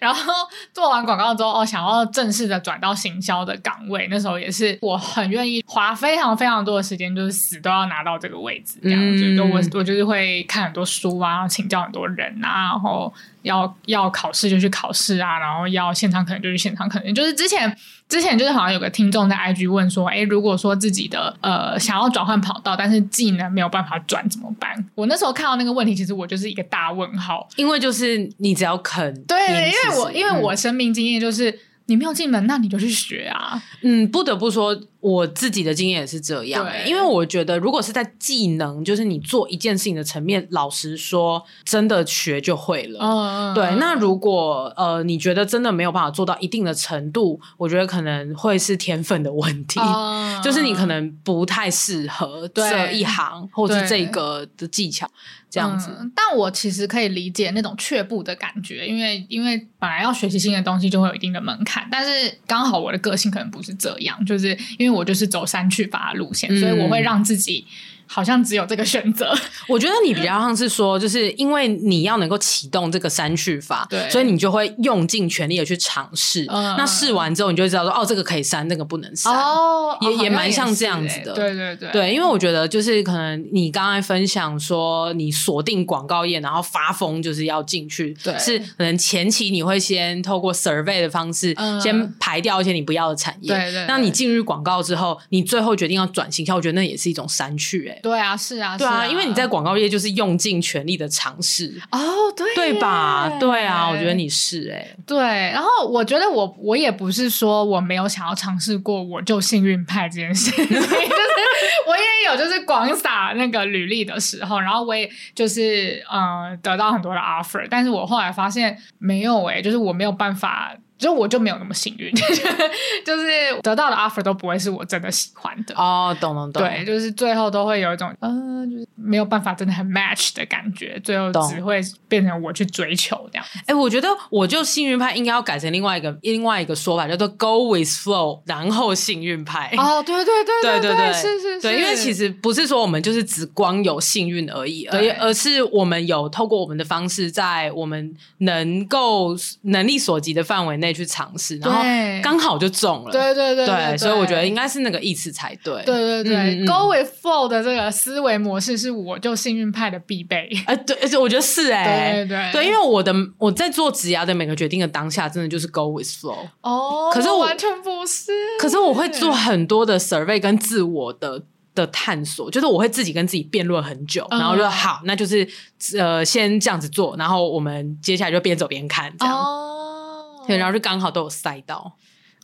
[SPEAKER 2] 然后做完广告之后，哦，想要正式的转到行销的岗位，那时候也是我很愿意花非常非常多的时间，就是死都要拿到这个位置这样子。
[SPEAKER 3] 嗯
[SPEAKER 2] 就我我就是会看很多书啊，然后请教很多人啊，然后要要考试就去考试啊，然后要现场可能就去现场可能，就是之前之前就是好像有个听众在 IG 问说，哎，如果说自己的呃想要转换跑道，但是技能没有办法转怎么办？我那时候看到那个问题，其实我就是一个大问号。
[SPEAKER 3] 因为就是你只要肯拼，
[SPEAKER 2] 对，
[SPEAKER 3] 其
[SPEAKER 2] 因
[SPEAKER 3] 实嗯
[SPEAKER 2] 为我因为我生命经验就是。你没有进门，那你就去学啊。
[SPEAKER 3] 嗯，不得不说，我自己的经验也是这样、
[SPEAKER 2] 对
[SPEAKER 3] 因为我觉得，如果是在技能，就是你做一件事情的层面，老实说，真的学就会了。
[SPEAKER 2] 嗯，
[SPEAKER 3] 对，那如果呃，你觉得真的没有办法做到一定的程度，我觉得可能会是天分的问题，
[SPEAKER 2] 嗯
[SPEAKER 3] 就是你可能不太适合
[SPEAKER 2] 对
[SPEAKER 3] 这一行或是
[SPEAKER 2] 对
[SPEAKER 3] 这个的技巧这样子。
[SPEAKER 2] 嗯但我其实可以理解那种却步的感觉，因为因为本来要学习新的东西就会有一定的门槛，但是刚好我的个性可能不是这样，就是因为我就是走三去八的路线，
[SPEAKER 3] 嗯
[SPEAKER 2] 所以我会让自己好像只有这个选择。
[SPEAKER 3] 我觉得你比较像是说，就是因为你要能够启动这个删去法，
[SPEAKER 2] 对
[SPEAKER 3] 所以你就会用尽全力的去尝试。
[SPEAKER 2] 嗯
[SPEAKER 3] 那试完之后，你就会知道说，哦，这个可以删，那个不能删。
[SPEAKER 2] 哦
[SPEAKER 3] 也
[SPEAKER 2] 好像
[SPEAKER 3] 也蛮像
[SPEAKER 2] 是
[SPEAKER 3] 这样
[SPEAKER 2] 欸
[SPEAKER 3] 子的
[SPEAKER 2] 对对对
[SPEAKER 3] 对，因为我觉得就是可能你刚才分享说你锁定广告业，然后发疯就是要进去，
[SPEAKER 2] 对
[SPEAKER 3] 是可能前期你会先透过 survey 的方式，
[SPEAKER 2] 嗯
[SPEAKER 3] 先排掉一些你不要的产业。
[SPEAKER 2] 对对
[SPEAKER 3] 那你
[SPEAKER 2] 对
[SPEAKER 3] 进入广告之后，你最后决定要转型，我觉得那也是一种删去、欸，哎。
[SPEAKER 2] 对啊，是啊，
[SPEAKER 3] 对
[SPEAKER 2] 是
[SPEAKER 3] 啊，因为你在广告业就是用尽全力的尝试，
[SPEAKER 2] 哦，对
[SPEAKER 3] 对吧？
[SPEAKER 2] 耶
[SPEAKER 3] 对啊，我觉得你是哎、
[SPEAKER 2] 对，然后我觉得我我也不是说我没有想要尝试过，我就幸运派这件事情，就是 我也有就是广撒那个履历的时候，然后我也就是呃得到很多的 offer，但是我后来发现没有诶、就是我没有办法。就我就没有那么幸运， 就是得到的 offer 都不会是我真的喜欢的。
[SPEAKER 3] 哦，懂懂懂，
[SPEAKER 2] 对，就是最后都会有一种呃，就是没有办法真的很 match 的感觉，最后
[SPEAKER 3] 懂
[SPEAKER 2] 只会变成我去追求这样。
[SPEAKER 3] 哎、我觉得我就幸运派应该要改成另外一个另外一个说法，叫做 go with flow，然后幸运派。
[SPEAKER 2] 哦，对对对
[SPEAKER 3] 哎对
[SPEAKER 2] 对
[SPEAKER 3] 对，
[SPEAKER 2] 是是是，
[SPEAKER 3] 对，因为其实不是说我们就是只光有幸运而已，而
[SPEAKER 2] 对
[SPEAKER 3] 而是我们有透过我们的方式，在我们能够能力所及的范围内去尝试，然后
[SPEAKER 2] 对
[SPEAKER 3] 刚好就中了。
[SPEAKER 2] 对对对对，
[SPEAKER 3] 所以我觉得应该是那个意思才对。
[SPEAKER 2] 对对
[SPEAKER 3] 嗯嗯
[SPEAKER 2] 对
[SPEAKER 3] 嗯
[SPEAKER 2] ，Go with flow 的这个思维模式是我就幸运派的必备。
[SPEAKER 3] 哎、对，而且我觉得是哎、
[SPEAKER 2] 对对
[SPEAKER 3] 对，因为我的我在做职涯的每个决定的当下，真的就是 go with flow。
[SPEAKER 2] 哦
[SPEAKER 3] 可是我
[SPEAKER 2] 完全不是，
[SPEAKER 3] 可是我会做很多的 survey 跟自我的的探索，就是我会自己跟自己辩论很久，
[SPEAKER 2] 嗯
[SPEAKER 3] 然后就好，那就是呃先这样子做，然后我们接下来就边走边看这样。
[SPEAKER 2] 哦，
[SPEAKER 3] 对，然后就刚好都有塞到，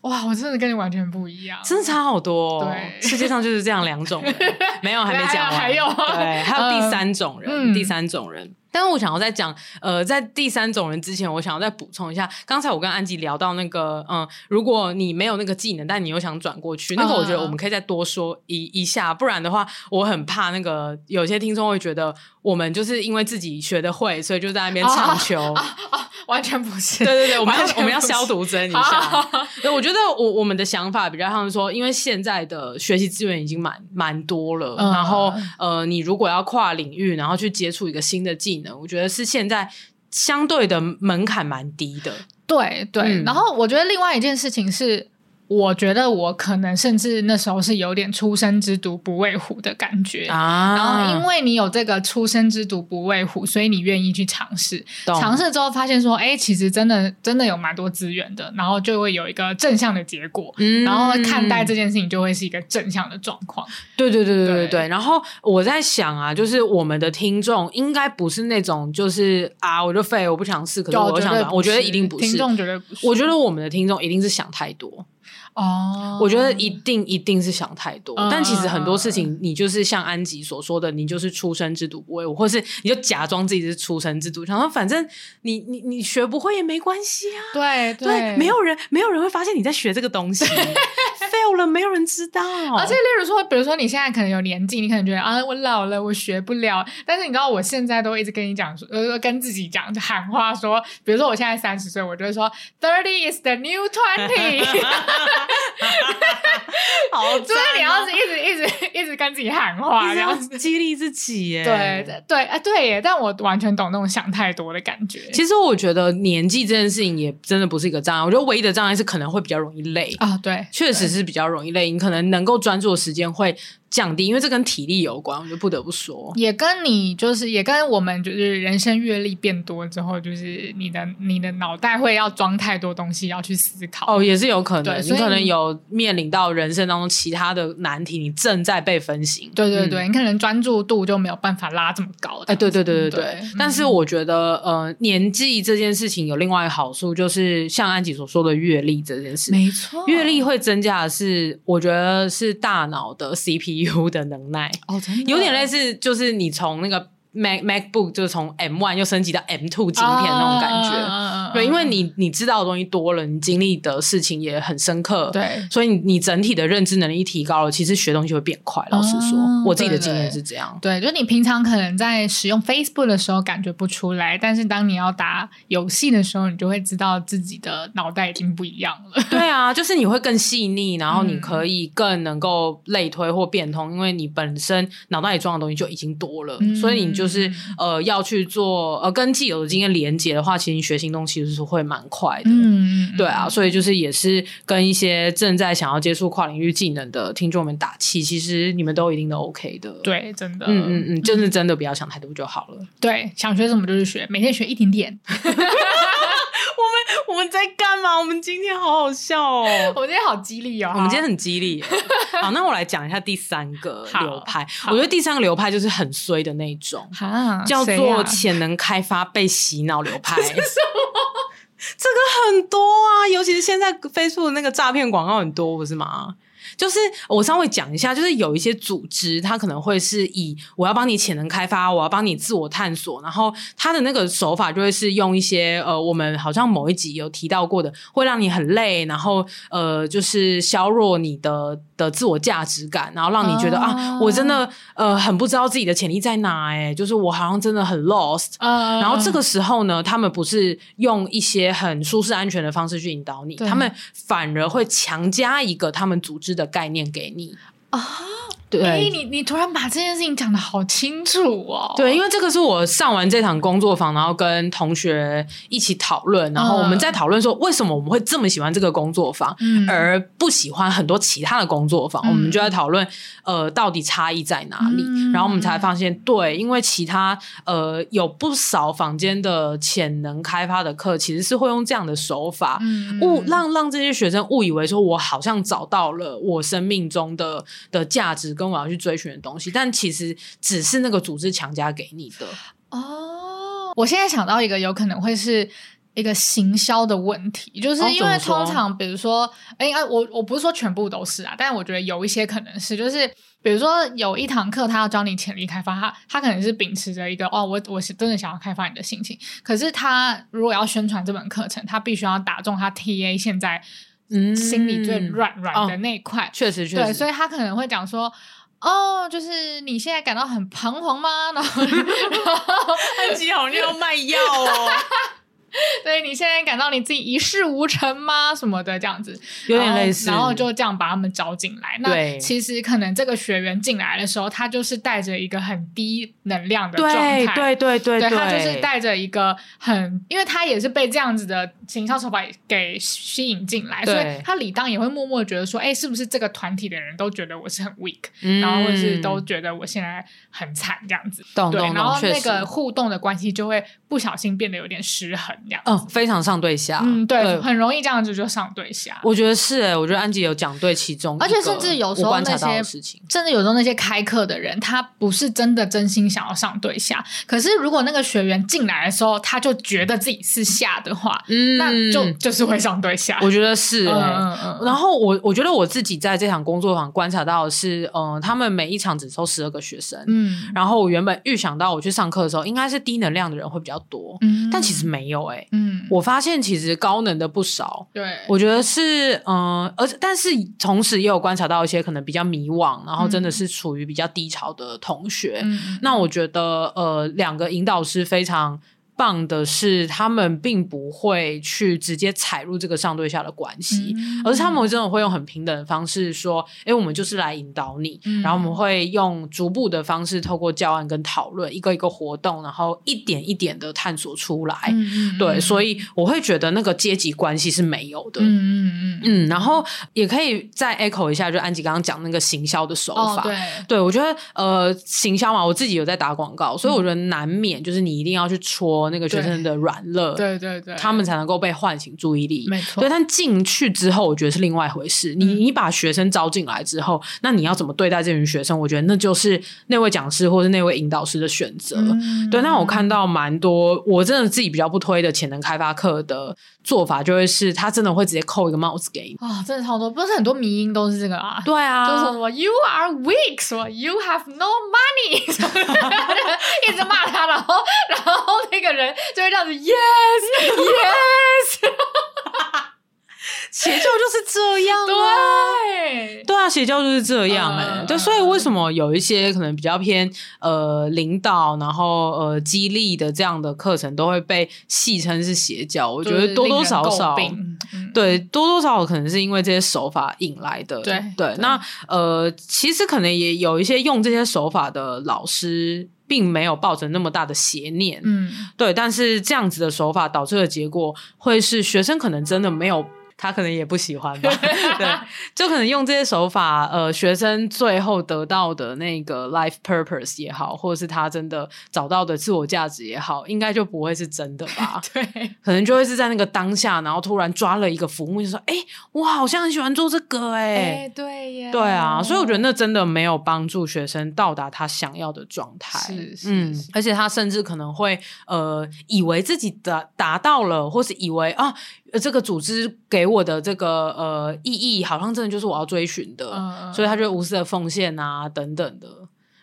[SPEAKER 2] 哇，我真的跟你完全不一样，
[SPEAKER 3] 真的差好多、哦。
[SPEAKER 2] 对
[SPEAKER 3] 世界上就是这样两 种人，没有还没讲完，
[SPEAKER 2] 还有还
[SPEAKER 3] 对，
[SPEAKER 2] 有
[SPEAKER 3] 还有第三种人，
[SPEAKER 2] 嗯
[SPEAKER 3] 第三种人。但是我想要再讲，呃，在第三种人之前，我想要再补充一下，刚才我跟安吉聊到那个，嗯，如果你没有那个技能，但你又想转过去，那个
[SPEAKER 2] 嗯
[SPEAKER 3] 我觉得我们可以再多说一一下，不然的话，我很怕那个有些听众会觉得我们就是因为自己学的会，所以就在那边
[SPEAKER 2] 哦
[SPEAKER 3] 唱球。
[SPEAKER 2] 啊完全不是，
[SPEAKER 3] 对对 对，我们要
[SPEAKER 2] 完全不
[SPEAKER 3] 我们要
[SPEAKER 2] 是
[SPEAKER 3] 消毒针一
[SPEAKER 2] 好好
[SPEAKER 3] 下。
[SPEAKER 2] 好
[SPEAKER 3] 对，我觉得我我们的想法比较像是说，因为现在的学习资源已经蛮蛮多了，
[SPEAKER 2] 嗯
[SPEAKER 3] 然后呃，你如果要跨领域，然后去接触一个新的技能，我觉得是现在相对的门槛蛮低的。
[SPEAKER 2] 对对、
[SPEAKER 3] 嗯
[SPEAKER 2] 然后我觉得另外一件事情是，我觉得我可能甚至那时候是有点初生之犊不畏虎的感觉。
[SPEAKER 3] 啊
[SPEAKER 2] 然后，因为你有这个初生之犊不畏虎，所以你愿意去尝试。
[SPEAKER 3] 懂
[SPEAKER 2] 尝试之后发现说，哎，其实真的真的有蛮多资源的，然后就会有一个正向的结果，
[SPEAKER 3] 嗯
[SPEAKER 2] 然后看待这件事情就会是一个正向的状况。
[SPEAKER 3] 对对对对对对
[SPEAKER 2] 对
[SPEAKER 3] 对。然后我在想啊，就是我们的听众应该不是那种就是啊，我就废，我不想试，可是
[SPEAKER 2] 就
[SPEAKER 3] 我又
[SPEAKER 2] 绝
[SPEAKER 3] 想
[SPEAKER 2] 对
[SPEAKER 3] 转，我觉得一定不
[SPEAKER 2] 听
[SPEAKER 3] 是。
[SPEAKER 2] 众绝对不是。
[SPEAKER 3] 我觉得我们的听众一定是想太多，
[SPEAKER 2] 哦，
[SPEAKER 3] 我觉得一定一定是想太多，
[SPEAKER 2] 嗯
[SPEAKER 3] 但其实很多事
[SPEAKER 2] 嗯
[SPEAKER 3] 情，你就是像安吉所说的，你就是出生之犊不畏虎，或是你就假装自己是出生之犊，想说反正你你你学不会也没关系啊，
[SPEAKER 2] 对
[SPEAKER 3] 对，没。有人没有人会发现你在学这 个东西，fail 了没有人知道，
[SPEAKER 2] 而且，例如说，比如说你现在可能有年纪，你可能觉得啊，我老了，我学不了。但是你知道，我现在都一直跟你讲说，呃，跟自己讲喊话说，比如说我现在三十岁，我就会说 thirty is the new twenty，
[SPEAKER 3] 好
[SPEAKER 2] 就
[SPEAKER 3] 赞哦，
[SPEAKER 2] 是你要是一直一直一直跟自己喊话，
[SPEAKER 3] 一直
[SPEAKER 2] 然
[SPEAKER 3] 要
[SPEAKER 2] 后
[SPEAKER 3] 激励自己耶，
[SPEAKER 2] 对对啊对耶，但我完全懂那种想太多的感觉。
[SPEAKER 3] 其实我觉得年纪这件事情也真的不是一个障碍，我觉得唯一的障碍是可能会比较容易累
[SPEAKER 2] 啊，对，
[SPEAKER 3] 确实是比较容易累，你可能能够专注的时间会降低，因为这跟体力有关，我就不得不说。
[SPEAKER 2] 也跟你就是也跟我们就是人生阅历变多之后，就是你的你的脑袋会要装太多东西要去思考。
[SPEAKER 3] 哦，也是有可能，
[SPEAKER 2] 对
[SPEAKER 3] 你
[SPEAKER 2] 所以
[SPEAKER 3] 可能
[SPEAKER 2] 你
[SPEAKER 3] 有面临到人生当中其他的难题，你正在被分心。
[SPEAKER 2] 对对对，你可能专注度就没有办法拉这么高。
[SPEAKER 3] 嗯哎，对对对对对，
[SPEAKER 2] 对
[SPEAKER 3] 但是我觉得，呃，年纪这件事情有另外一个好处，就是像安吉所说的阅历这件事，
[SPEAKER 2] 没错
[SPEAKER 3] 阅历会增加的是，我觉得是大脑的 CPU 的能耐，
[SPEAKER 2] 哦，真的
[SPEAKER 3] 有点类似，就是你从那个 Mac MacBook 就是从 M one 又升级到 M two 晶
[SPEAKER 2] 啊
[SPEAKER 3] 片那种感觉。
[SPEAKER 2] 觉
[SPEAKER 3] 对，因为你你知道的东西多了，你经历的事情也很深刻，，
[SPEAKER 2] 对。
[SPEAKER 3] 所以你你整体的认知能力提高了，其实学东西会变快。老实说，
[SPEAKER 2] 哦
[SPEAKER 3] 我自己的
[SPEAKER 2] 对
[SPEAKER 3] 经验
[SPEAKER 2] 对
[SPEAKER 3] 是 这样。
[SPEAKER 2] 对，就你平常可能在使用 Facebook 的时候感觉不出来，但是当你要打游戏的时候，你就会知道自己的脑袋已经不一样了。
[SPEAKER 3] 对啊，就是你会更细腻，然后你
[SPEAKER 2] 嗯
[SPEAKER 3] 可以更能够类推或变通，因为你本身脑袋里装的东西就已经多了，
[SPEAKER 2] 嗯
[SPEAKER 3] 所以你就是呃要去做呃跟既有的经验连接的话，其实你学新东西就是会蛮快的。
[SPEAKER 2] 嗯，
[SPEAKER 3] 对啊，所以就是也是跟一些正在想要接触跨领域技能的听众们打气，其实你们都一定都 OK 的。，
[SPEAKER 2] 对，真的，
[SPEAKER 3] 嗯嗯嗯，就是真的不要想太多就好了。
[SPEAKER 2] 对，想学什么就是学，每天学一点点。
[SPEAKER 3] 我们在干嘛？我们今天好好笑哦。
[SPEAKER 2] 我们今天好激励哦，
[SPEAKER 3] 我们今天很激烈。好，那我来讲一下第三个
[SPEAKER 2] 好
[SPEAKER 3] 流派。
[SPEAKER 2] 好
[SPEAKER 3] 我觉得第三个流派就是很衰的那一种，
[SPEAKER 2] 哈
[SPEAKER 3] 叫
[SPEAKER 2] 谁
[SPEAKER 3] 做
[SPEAKER 2] 啊
[SPEAKER 3] 潜能开发被洗脑流派。 这个很多啊，尤其是现在 Facebook 的那个诈骗广告很多，不是吗？就是我稍微讲一下，就是有一些组织，它可能会是以我要帮你潜能开发，我要帮你自我探索，然后它的那个手法就会是用一些呃，我们好像某一集有提到过的，会让你很累，然后呃，就是削弱你的的自我价值感，然后让你觉得、啊，
[SPEAKER 2] 哦
[SPEAKER 3] 我真的呃很不知道自己的潜力在哪、欸，就是我好像真的很 lost，
[SPEAKER 2] 呃，
[SPEAKER 3] 然后这个时候呢，他们不是用一些很舒适安全的方式去引导你，
[SPEAKER 2] 对
[SPEAKER 3] 他们反而会强加一个他们组织的概念给你
[SPEAKER 2] 啊。
[SPEAKER 3] 对、
[SPEAKER 2] 哎、你你突然把这件事情讲的好清楚哦，
[SPEAKER 3] 对，因
[SPEAKER 2] 为
[SPEAKER 3] 为这个是我上完这堂工作坊，然后跟同学一起讨论，然后我们在讨论说为什么我们会这么喜欢这个工作坊。
[SPEAKER 2] 嗯
[SPEAKER 3] 而不喜欢很多其他的工作坊，
[SPEAKER 2] 嗯
[SPEAKER 3] 我们就在讨论呃到底差异在哪里，
[SPEAKER 2] 嗯
[SPEAKER 3] 然后我们才发现，对，因为其他呃有不少坊间的潜能开发的课其实是会用这样的手法。
[SPEAKER 2] 嗯
[SPEAKER 3] 误让让这些学生误以为说，我好像找到了我生命中的的价值，跟我要去追寻的东西，但其实只是那个组织强加给你的。
[SPEAKER 2] 哦，我现在想到一个有可能会是。一个行销的问题，就是
[SPEAKER 3] 哦
[SPEAKER 2] 因
[SPEAKER 3] 怎么
[SPEAKER 2] 为
[SPEAKER 3] 说
[SPEAKER 2] 通常，比如说，哎、啊我我不是说全部都是啊，但我觉得有一些可能是，就是比如说有一堂课，他要教你潜力开发，他他可能是秉持着一个哦，我我是真的想要开发你的心情，可是他如果要宣传这门课程，他必须要打中他 TA 现在
[SPEAKER 3] 嗯
[SPEAKER 2] 心里最软软
[SPEAKER 3] 哦
[SPEAKER 2] 的那一块，
[SPEAKER 3] 确实，确实，
[SPEAKER 2] 对，所以他可能会讲说。哦，就是你现在感到很彷徨吗？ 然后，然后
[SPEAKER 3] 安吉好像要卖药哦，
[SPEAKER 2] 对你现在感到你自己一事无成吗？什么的这样子，
[SPEAKER 3] 有点类似。
[SPEAKER 2] 然后。然后就这样把他们招进来。
[SPEAKER 3] 对
[SPEAKER 2] 那其实可能这个学员进来的时候，他就是带着一个很低能量的状态，
[SPEAKER 3] 对对对对
[SPEAKER 2] 对他就是带着一个很，因为他也是被这样子的行销手法给吸引进来，
[SPEAKER 3] 对
[SPEAKER 2] 所以他理当也会默默地觉得说，哎，是不是这个团体的人都觉得我是很 weak，、
[SPEAKER 3] 嗯
[SPEAKER 2] 然后或是都觉得我现在很惨这样子，
[SPEAKER 3] 懂
[SPEAKER 2] 对，
[SPEAKER 3] 懂
[SPEAKER 2] 然
[SPEAKER 3] 懂，
[SPEAKER 2] 后
[SPEAKER 3] 确
[SPEAKER 2] 那
[SPEAKER 3] 实，
[SPEAKER 2] 个互动的关系就会不小心变得有点失衡这样。
[SPEAKER 3] 嗯，非常上对下，
[SPEAKER 2] 嗯，对，很容易这样子就上对下。
[SPEAKER 3] 我觉得是哎，我觉得安吉有讲对其中一个，
[SPEAKER 2] 而且甚至有时
[SPEAKER 3] 我
[SPEAKER 2] 候
[SPEAKER 3] 观察
[SPEAKER 2] 那
[SPEAKER 3] 到
[SPEAKER 2] 些
[SPEAKER 3] 的事情，，
[SPEAKER 2] 甚至有时候那些开课的人，他不是真的真心想要上对下，可是如果那个学员进来的时候，他就觉得自己是下的话，
[SPEAKER 3] 嗯
[SPEAKER 2] 那就就是会上对下。
[SPEAKER 3] 我觉得是
[SPEAKER 2] 嗯
[SPEAKER 3] 哎，
[SPEAKER 2] 嗯嗯，
[SPEAKER 3] 然后我我觉得我自己在这场工作坊观察到的是，嗯、他们每一场只收十二个学生，
[SPEAKER 2] 嗯
[SPEAKER 3] 然后我原本预想到我去上课的时候，应该是低能量的人会比较多，
[SPEAKER 2] 嗯，
[SPEAKER 3] 但其实没有哎、
[SPEAKER 2] 嗯，
[SPEAKER 3] 我发现其实高能的不少，
[SPEAKER 2] 对，
[SPEAKER 3] 我觉得是，嗯、而且但是同时也有观察到一些可能比较迷惘，然后真的是处于比较低潮的同学。
[SPEAKER 2] 嗯嗯
[SPEAKER 3] 那我觉得，呃，两个引导师非常。棒的是，他们并不会去直接踩入这个上对下的关系，
[SPEAKER 2] 嗯
[SPEAKER 3] 而是他们真的会用很平等的方式说：“哎、我们就是来引导你。
[SPEAKER 2] 嗯
[SPEAKER 3] 然后我们会用逐步的方式，透过教案跟讨论，一个一个活动，然后一点一点的探索出来。
[SPEAKER 2] 嗯
[SPEAKER 3] 对，所
[SPEAKER 2] 以
[SPEAKER 3] 以我会觉得那个阶级关系是没有的。嗯
[SPEAKER 2] 嗯嗯嗯
[SPEAKER 3] 然后也可以再 echo 一下，就安吉刚刚讲那个行销的手
[SPEAKER 2] 哦
[SPEAKER 3] 法。
[SPEAKER 2] 对，
[SPEAKER 3] 对，我觉得呃，行销嘛，我自己有在打广告，所以我觉得难免就是你一定要去戳那个学生的软肋，
[SPEAKER 2] 嗯对对对，
[SPEAKER 3] 他们才能够被唤醒注意力。
[SPEAKER 2] 没错
[SPEAKER 3] 对，，但进去之后，我觉得是另外一回事。你
[SPEAKER 2] 嗯
[SPEAKER 3] 你把学生招进来之后，那你要怎么对待这群学生？我觉得那就是那位讲师或是那位引导师的选择。
[SPEAKER 2] 嗯
[SPEAKER 3] 对，那我看到蛮多，我真的自己比较不推的潜能开发课的做法，就会是他真的会直接扣一个帽子给你。
[SPEAKER 2] 啊，真的超多，不是很多迷音都是这个啊。
[SPEAKER 3] 对啊，
[SPEAKER 2] 就是说什么 “You are weak”，什么 “You have no money”，什 么的一直骂他，然后然后那个人就会这样子 “Yes Yes”，
[SPEAKER 3] 邪教就是这样、 啊。
[SPEAKER 2] 对，
[SPEAKER 3] 对啊，邪教就是这样哎、
[SPEAKER 2] 嗯
[SPEAKER 3] 对，所以为什么有一些可能比较偏呃领导，然后呃激励的这样的课程都会被戏称是邪教？我
[SPEAKER 2] 我
[SPEAKER 3] 觉得多多少少，
[SPEAKER 2] 嗯、
[SPEAKER 3] 对，多多少少可能是因为这些手法引来的。
[SPEAKER 2] 对对
[SPEAKER 3] 那呃，其实可能也有一些用这些手法的老师，并没有抱着那么大的邪念。
[SPEAKER 2] 嗯，
[SPEAKER 3] 对，但是这样子的手法导致的结果会是学生可能真的没有。他可能也不喜欢吧，对，就可能用这些手法，呃，学生最后得到的那个 life purpose 也好，或者是他真的找到的自我价值也好，应该就不会是真的 吧？
[SPEAKER 2] 嗯 对，
[SPEAKER 3] 可能就会是在那个当下，然后突然抓了一个浮木，就说：“哎、我好像很喜欢做这个、哎、
[SPEAKER 2] 对耶，
[SPEAKER 3] 对啊，所以我觉得那真的没有帮助学生到达他想要的状态。
[SPEAKER 2] 是是
[SPEAKER 3] 嗯
[SPEAKER 2] 是，
[SPEAKER 3] 而且他甚至可能会呃，以为自己达达到了，或是以为啊，呃这个组织给我的这个呃意义，好像真的就是我要追寻的，
[SPEAKER 2] 嗯
[SPEAKER 3] 所以他就无私的奉献啊，等等的。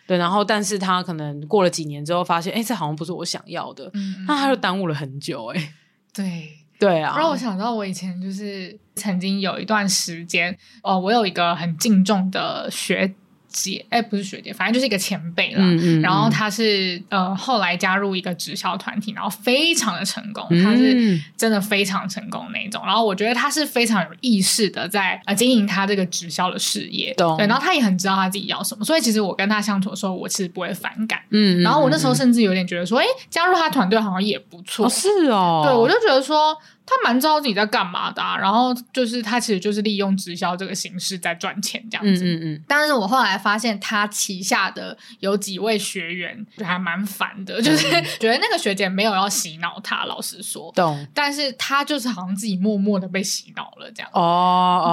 [SPEAKER 3] 对，然后但是他可能过了几年之后，发现哎，这好像不是我想要的，
[SPEAKER 2] 嗯，
[SPEAKER 3] 那他就耽误了很久、哎，
[SPEAKER 2] 对。
[SPEAKER 3] 对啊，
[SPEAKER 2] 然后我想到我以前就是曾经有一段时间，哦，我有一个很敬重的学姐，哎，不是学姐，反正就是一个前辈啦。
[SPEAKER 3] 嗯
[SPEAKER 2] 然后她是呃后来加入一个直销团体，然后非常的成功，
[SPEAKER 3] 嗯
[SPEAKER 2] 她是真的非常成功那一种。然后我觉得她是非常有意识的在呃经营她这个直销的事业，
[SPEAKER 3] 懂
[SPEAKER 2] 对。然后她也很知道她自己要什么，所以其实我跟她相处的时候，我其实不会反感。
[SPEAKER 3] 嗯，嗯
[SPEAKER 2] 然后我那时候
[SPEAKER 3] 嗯
[SPEAKER 2] 甚至有点觉得说，哎，加入她团队好像也不错，
[SPEAKER 3] 哦是哦，
[SPEAKER 2] 对，我就觉得说他蛮知道自己在干嘛的、啊，然后就是他其实就是利用直销这个形式在赚钱这样
[SPEAKER 3] 嗯
[SPEAKER 2] 子。
[SPEAKER 3] 嗯嗯，
[SPEAKER 2] 但是我后来发现，他旗下的有几位学员就还蛮烦
[SPEAKER 3] 嗯
[SPEAKER 2] 的，就是 觉得那个学姐没有要洗脑他，老实说，
[SPEAKER 3] 懂
[SPEAKER 2] 但是他就是好像自己默默的被洗脑了这样。
[SPEAKER 3] 哦